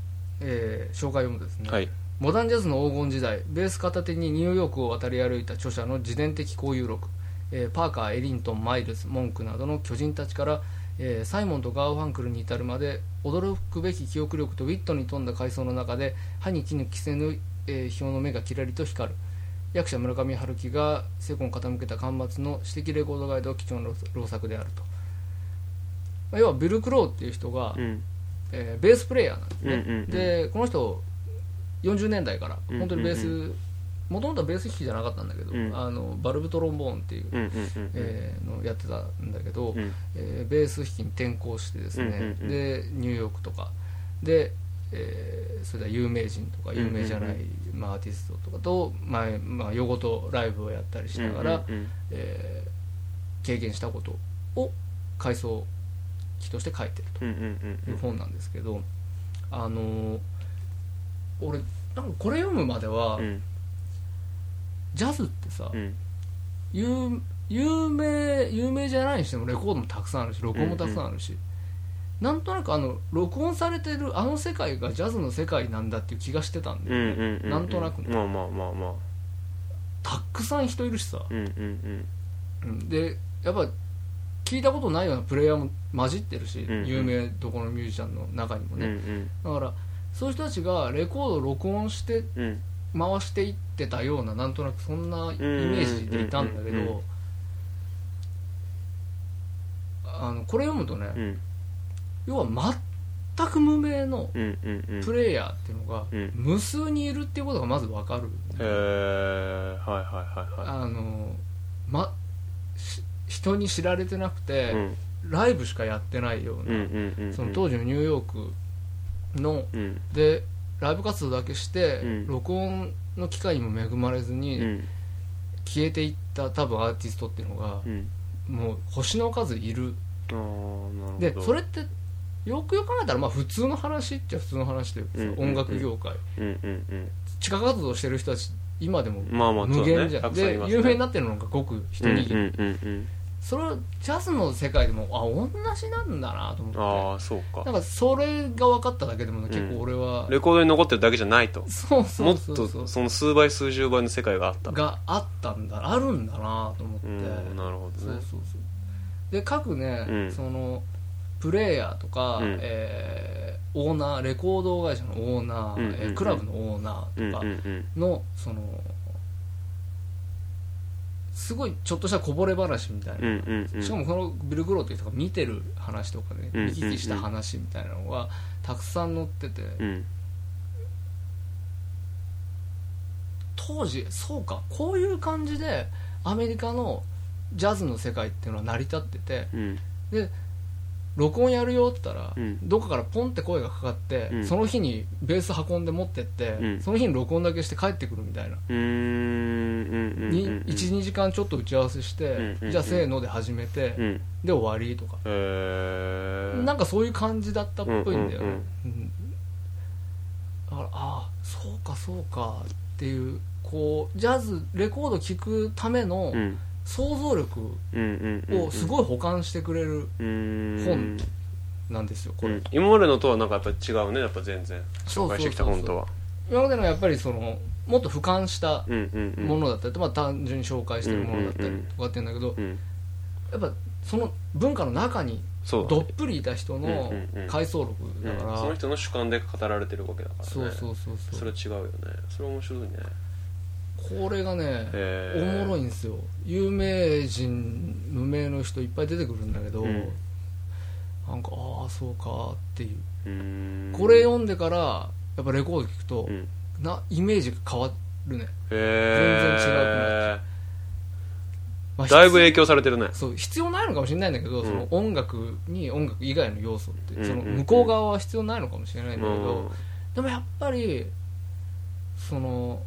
えー紹介を読むとですね、
はい。
モダンジャズの黄金時代ベース片手にニューヨークを渡り歩いた著者の自伝的交友録、えーパーカーエリントンマイルズモンクなどの巨人たちから、えーサイモンとガーファンクルに至るまで驚くべき記憶力とウィットに富んだ階層の中で歯に衣着せぬ、えー表の目がキラリと光る役者村上春樹がセコンを傾けた端末の私的レコードガイドは貴重な老作であるとまあ要はビル・クローっていう人が、
うん
えーベースプレイヤーなんです
うん
ね、
うんうん。
でこの人40年代から
うん
本当にベー
うん
スもともとはベース弾きじゃなかったんだけど、
うん
あのバルブトロンボーンっていう、
うんうんうんうん。
えーのやってたんだけど、
うん
えーベース弾きに転向してですね、
うんうんうん
でニューヨークとかで、えーそれでは有名人とか
うんうんう
有
ん
名じゃない、まあ、アーティストとかと、まあまあ、夜ごとライブをやったりしながら、
うんうんうん
えー経験したことを回想記として書いてると。
うんうん
いう本なんですけど、あの俺なんかこれ読むまでは、
うんうん
ジャズってさ、
うん
有有名有名じゃないにしてもレコードもたくさんあるし録音もたくさんあるし、なんとなくあの録音されてるあの世界がジャズの世界なんだっていう気がしてたんで、
うんうんうんうん
なんとなくね
まあまあまあまあ
たくさん人いるしさ、
うんうん
うんでやっぱ聞いたことないようなプレイヤーも混じってるし、
うんうん
有名どころのミュージシャンの中にも
うん
ね、だからそういう人たちがレコードを録音して
うんうん
回していってたようななんとなくそんなイメージでいたんだけ
うんうんうんうん
どあのこれ読むとね、
うん
要は全く無名の
うんうんうん
プレイヤーっていうのが
うん
無数にいるっていうことがまず分かる、
へえはいはいはいは
あの、ま、し人に知られてなくて
い、うん
ライブしかやってないよう
う
な、
んうんうんうん
その当時のニューヨークの
うん
でライブ活動だけして、
うん
録音の機会にも恵まれずに、
うん
消えていった多分アーティストっていうのが
うん
もう星の数いる
ああなるほど
でそれってよくよく考えたらまあ普通の話っちゃ普通の話というかさ
うんうんうん
音楽業界
うんうん
地下活動してる人たち今でも
うんまあまあ
無限じゃん、
そうだねたくさんい
で
ますね
有名になってるのがごく一握り、
うんうんうんうん
それをジャズの世界でもあ同じなんだなと思
ああそう
ってな
か
んかそれが分かっただけでもね結構俺は、
レコードに残ってるだけじゃないと
そうそ
も
う
っ
そうそう
とその数倍数十倍の世界があった
があったんだあるんだなと思って、
うんなるほ
そ
ど
う
ね
そうそうで各ね、
うん
そのプレイヤーとか、
うん
えーオーナーレコード会社のオーナー、
うんうんうん
えークラブのオーナ
う
ー
んう
と
ん
か
うん
の、そのすごいちょっとしたこぼれ話みたい
うん
な、
うんうん
しかもこのビル・グローっていう人が見てる話とかね、
うん
見聞きした話みたいなのがたくさん載ってて、
うん
当時そうかこういう感じでアメリカのジャズの世界っていうのは成り立ってて、
うん
で録音やるよって言ったら、
うん
どっかからポンって声がかかって、
うん
その日にベース運んで持ってって、
うん
その日に録音だけして帰ってくるみたいな、
うーんうんうんうん
に12時間ちょっと打ち合わせして、
うんうんうん
じゃあせーので始めて、
うん
で終わりとか、
へー
なんかそういう感じだったっぽいんだ
う
よね、
んうん
うんだからああそうかそうかっていうこうジャズレコード聴くための
うん
想像力
うんうん
をすごい補完してくれる
本
本なんですよこ
こ
れ、
れ今までのとはなんかやっぱり違うねやっぱ全然
そ
紹
うそうそうそう
介してきた本とは
今までのやっぱりそのもっと俯瞰した
うんうんうん
ものだったりと、まあ、単純に紹介してるものだったりとかっていうんだけど
うん
やっぱその文化の中に
そうだ
どっ
ね
ぷりいた人の
うんうんうん
回想録だか
うん
ら
その人の主観で語られてるわけだからね
そうそうそう
そ
そ
れ
う
は違うよねそれ面白いね
これがねお
へー
もろいんですよ有名人無名の人いっぱい出てくるんだけど
うん
なんかああそうかっていう
うーん
これ読んでからやっぱレコード聞くと
うん
なイメージが変わるね
へえ
全然違うまあ
だいぶ影響されてるね
そう必要ないのかもしれないんだけど、
うん
その音楽に音楽以外の要素って、
うんうんうん
その向こう側は必要ないのかもしれないんだけど、
うん
でもやっぱりその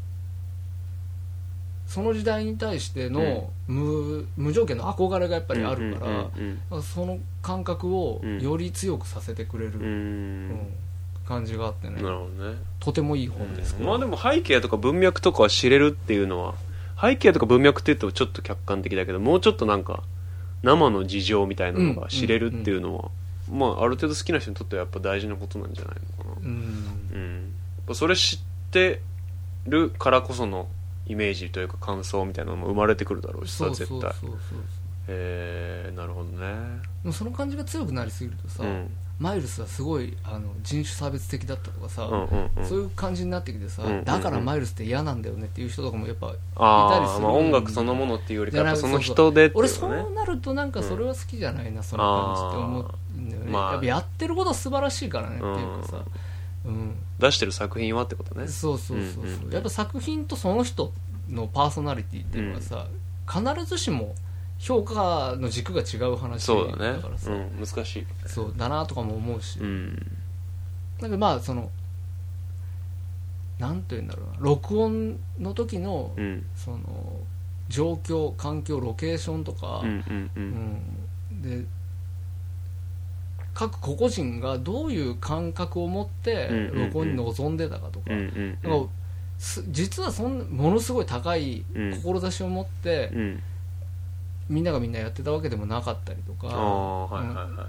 その時代に対しての無,、無条件の憧れがやっぱりあるから、
うん
その感覚を
うん
より強くさせてくれる、
うんう
うん
ん
感じがあってね
なるほどね
とてもいい本ですけど、
まあでも背景とか文脈とかは知れるっていうのは背景とか文脈っていうとちょっと客観的だけどもうちょっとなんか生の事情みたいなのが知れるっていうのは、まあある程度好きな人にとってはやっぱ大事なことなんじゃないのかな
うん
うんやっぱそれ知ってるからこそのイメージというか感想みたいなのも生まれてくるだろうし
そ
さ
うそうそう
絶
そう
対えー、なるほどね
でもその感じが強くなりすぎるとさ、
うん
マイルスはすごいあの人種差別的だったとかさ、
うんうんうん
そういう感じになってきて
う
さ、
んうんうん
だからマイルスって嫌なんだよねっていう人とかもやっぱいたりす
ああ
る
まあ音楽そのものっていうよりか
じゃ
やっぱ
なく
その人でってい
俺
う
そ
のね
うなるとなんかそれは好きじゃないな、その感じって思うんだよね、
まあ
やっぱやってることは素晴らしいからねっていううんかさ、うん
出してる作品はってことね
そうそうそうそう、
うんうん
やっぱ作品とその人のパーソナリティっていうのはさ、必ずしも評価の軸が違う話
そうだね
からさ、
うん、難しい
そうだなとかも思うし、
うん
なんかまあそのなんて言うんだろうな録音の時の、
うん
その状況環境ロケーションとか、
うんうんう
うんんで各個々人がどういう感覚を持って
うんうんうん
録音に臨んでたかとか,、
うんうんう
なん
ん
かす実はそんなものすごい高い
うん
志を持って、
うん
みんながみんなやってたわけでもなかったりと
あ
か、
あはいはいはいはい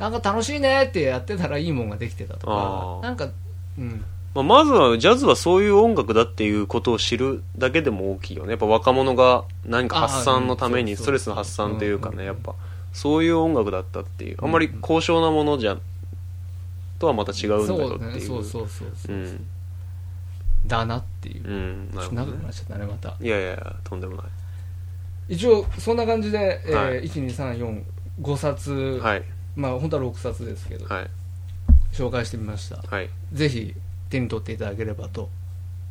なんか楽しいねってやってたらいいもんができてたとか
あー
なんか、うん、
まあまずはジャズはそういう音楽だっていうことを知るだけでも大きいよねやっぱ若者が何か発散のため
あ
に
ーうん
ストレスの発散というか
そう
ね
そう
やっぱそういう音楽だったっていうあんまり
うんうん
高尚なものじゃとはまた違うんだ
そ
よ
う
って
ね
いう
そうそうそうそうう、
ん
だなっていう、
う
ち
んな
ょ
る
っ
ほど
と長く
ね
なっちゃったねまた
いやいやいやとんでもない
一応そんな感じで、え
は
ー
い
12345冊、
はい
まあ本当は6冊ですけど、
はい
紹介してみました
はい
ぜひ手に取っていただければと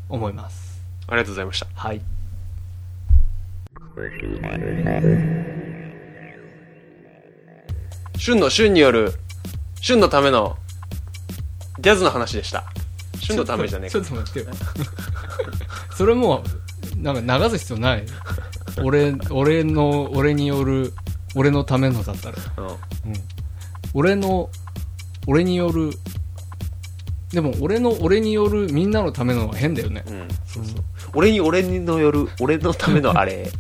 思います
ありがとうございました
はい
旬の旬による旬のためのジャズの話でした旬のためじゃねえ
ち
か
ょっと待ってよ それもうなんか流す必要ない俺俺の俺による俺のためのだったら、
うん
うん、俺の俺によるでも俺の俺によるみんなのためのは変だよね
うんそうそう俺に俺にのよる俺のためのあれ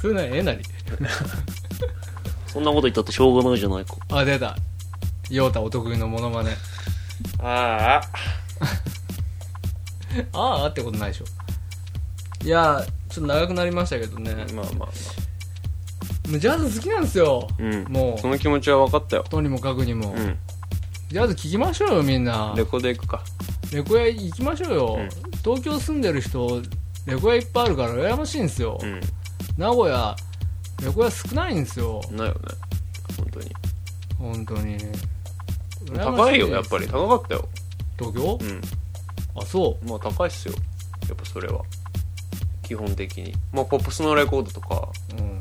それなえなり
そんなこと言ったってしょうがないじゃないか
あ出た陽太お得意のモ ノマネ
ああ
ああってことないでしょいやーちょっと長くなりましたけどね
まあまあまあ
もうジャズ好きなんですよ、
うん
も
そうの気持ちは分かったよ
とにもかくにも、
うん
ジャズ聴きましょうよみんな
レコード行くか
レコ屋行きましょうよ、
うん
東京住んでる人レコ屋いっぱいあるから羨ましいんですよ、
うん
名古屋レコ屋少ないんですよ
ないよね本当に
本当に羨ま
高
し
い
で
よ
す
やっぱり高かったよ
東京、
うん
あそ
まあ高いっすよやっぱそれは基本的にまあポップスのレコードとか
う、うん、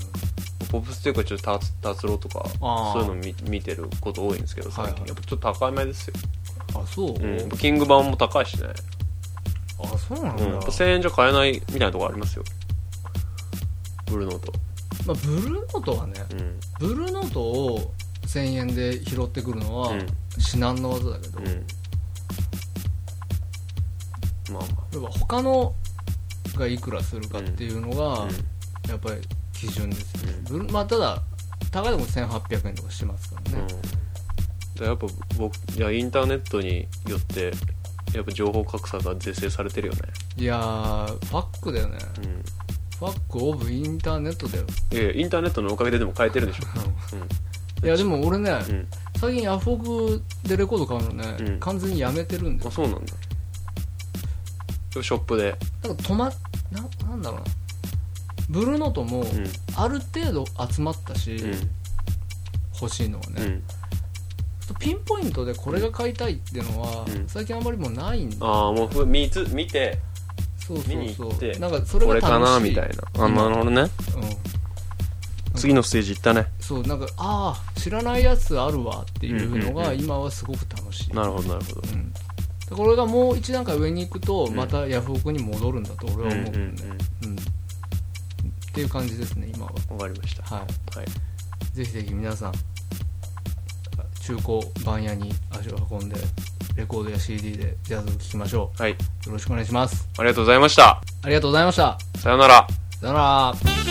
ポップスっていうかちょっと達達郎とか
あー
そういうの見見てること多いんですけど最近、
はいはい
やっぱちょっと高いめですよ、
あそう、
うん、キング版も高いしね、
あそうなん
う
だ、
ん、やっぱ1000円じゃ買えないみたいなとこありますよブルーノート
まあ、ブルーノートはね
うん
ブルーノートを1000円で拾ってくるのは
うん
至難の技だけど、
うんまあま
やっぱ他のがいくらするかっていうの
あ、
が
うん
やっぱり基準ですよね、ブルまあただ高いでも1800円とかしてますから
うん
ね、
でやっぱ僕いやインターネットによってやっぱ情報格差が是正されてるよね
いやーファックだよね
うん
ファックオブインターネットだよ
いやいやインターネットのおかげででも変えてるでしょ、
いやでも俺ね、
うん、
最近アフォクでレコード買うのね、
うん
完全にやめてるんだ
あ
よ
そうなんだショップで
だから止まななんだろうなブルーノートも
うん
ある程度集まったし、
うん
欲しいのはね、
うん
ピンポイントでこれが買いたいっていうのは
うん
最近あんまりもうないんだ、
ああもうふ見つ見て
そう
見に
そ
行
う
って
そうなんかそれ
こ
が
れ
楽しい
かなみたいなあ
うん
なるほどね
うん、
次のステージ行ったね
そうなんかああ知らないやつあるわっていうのが今はすごく楽しい、
なるほどなるほど
うんでこれがもう一段階上に行くと
ん
またヤフオクに戻るんだと俺は思う、
うん
うんっていう感じですね今は
うんわかりました
は
はい
いぜひぜひ皆さん中古番屋に足を運んでレコードや CD でジャズを聴きましょ
はい、
うよろしくお願いします
ありがとうございました
ありがとうございました
さようなら
さよなら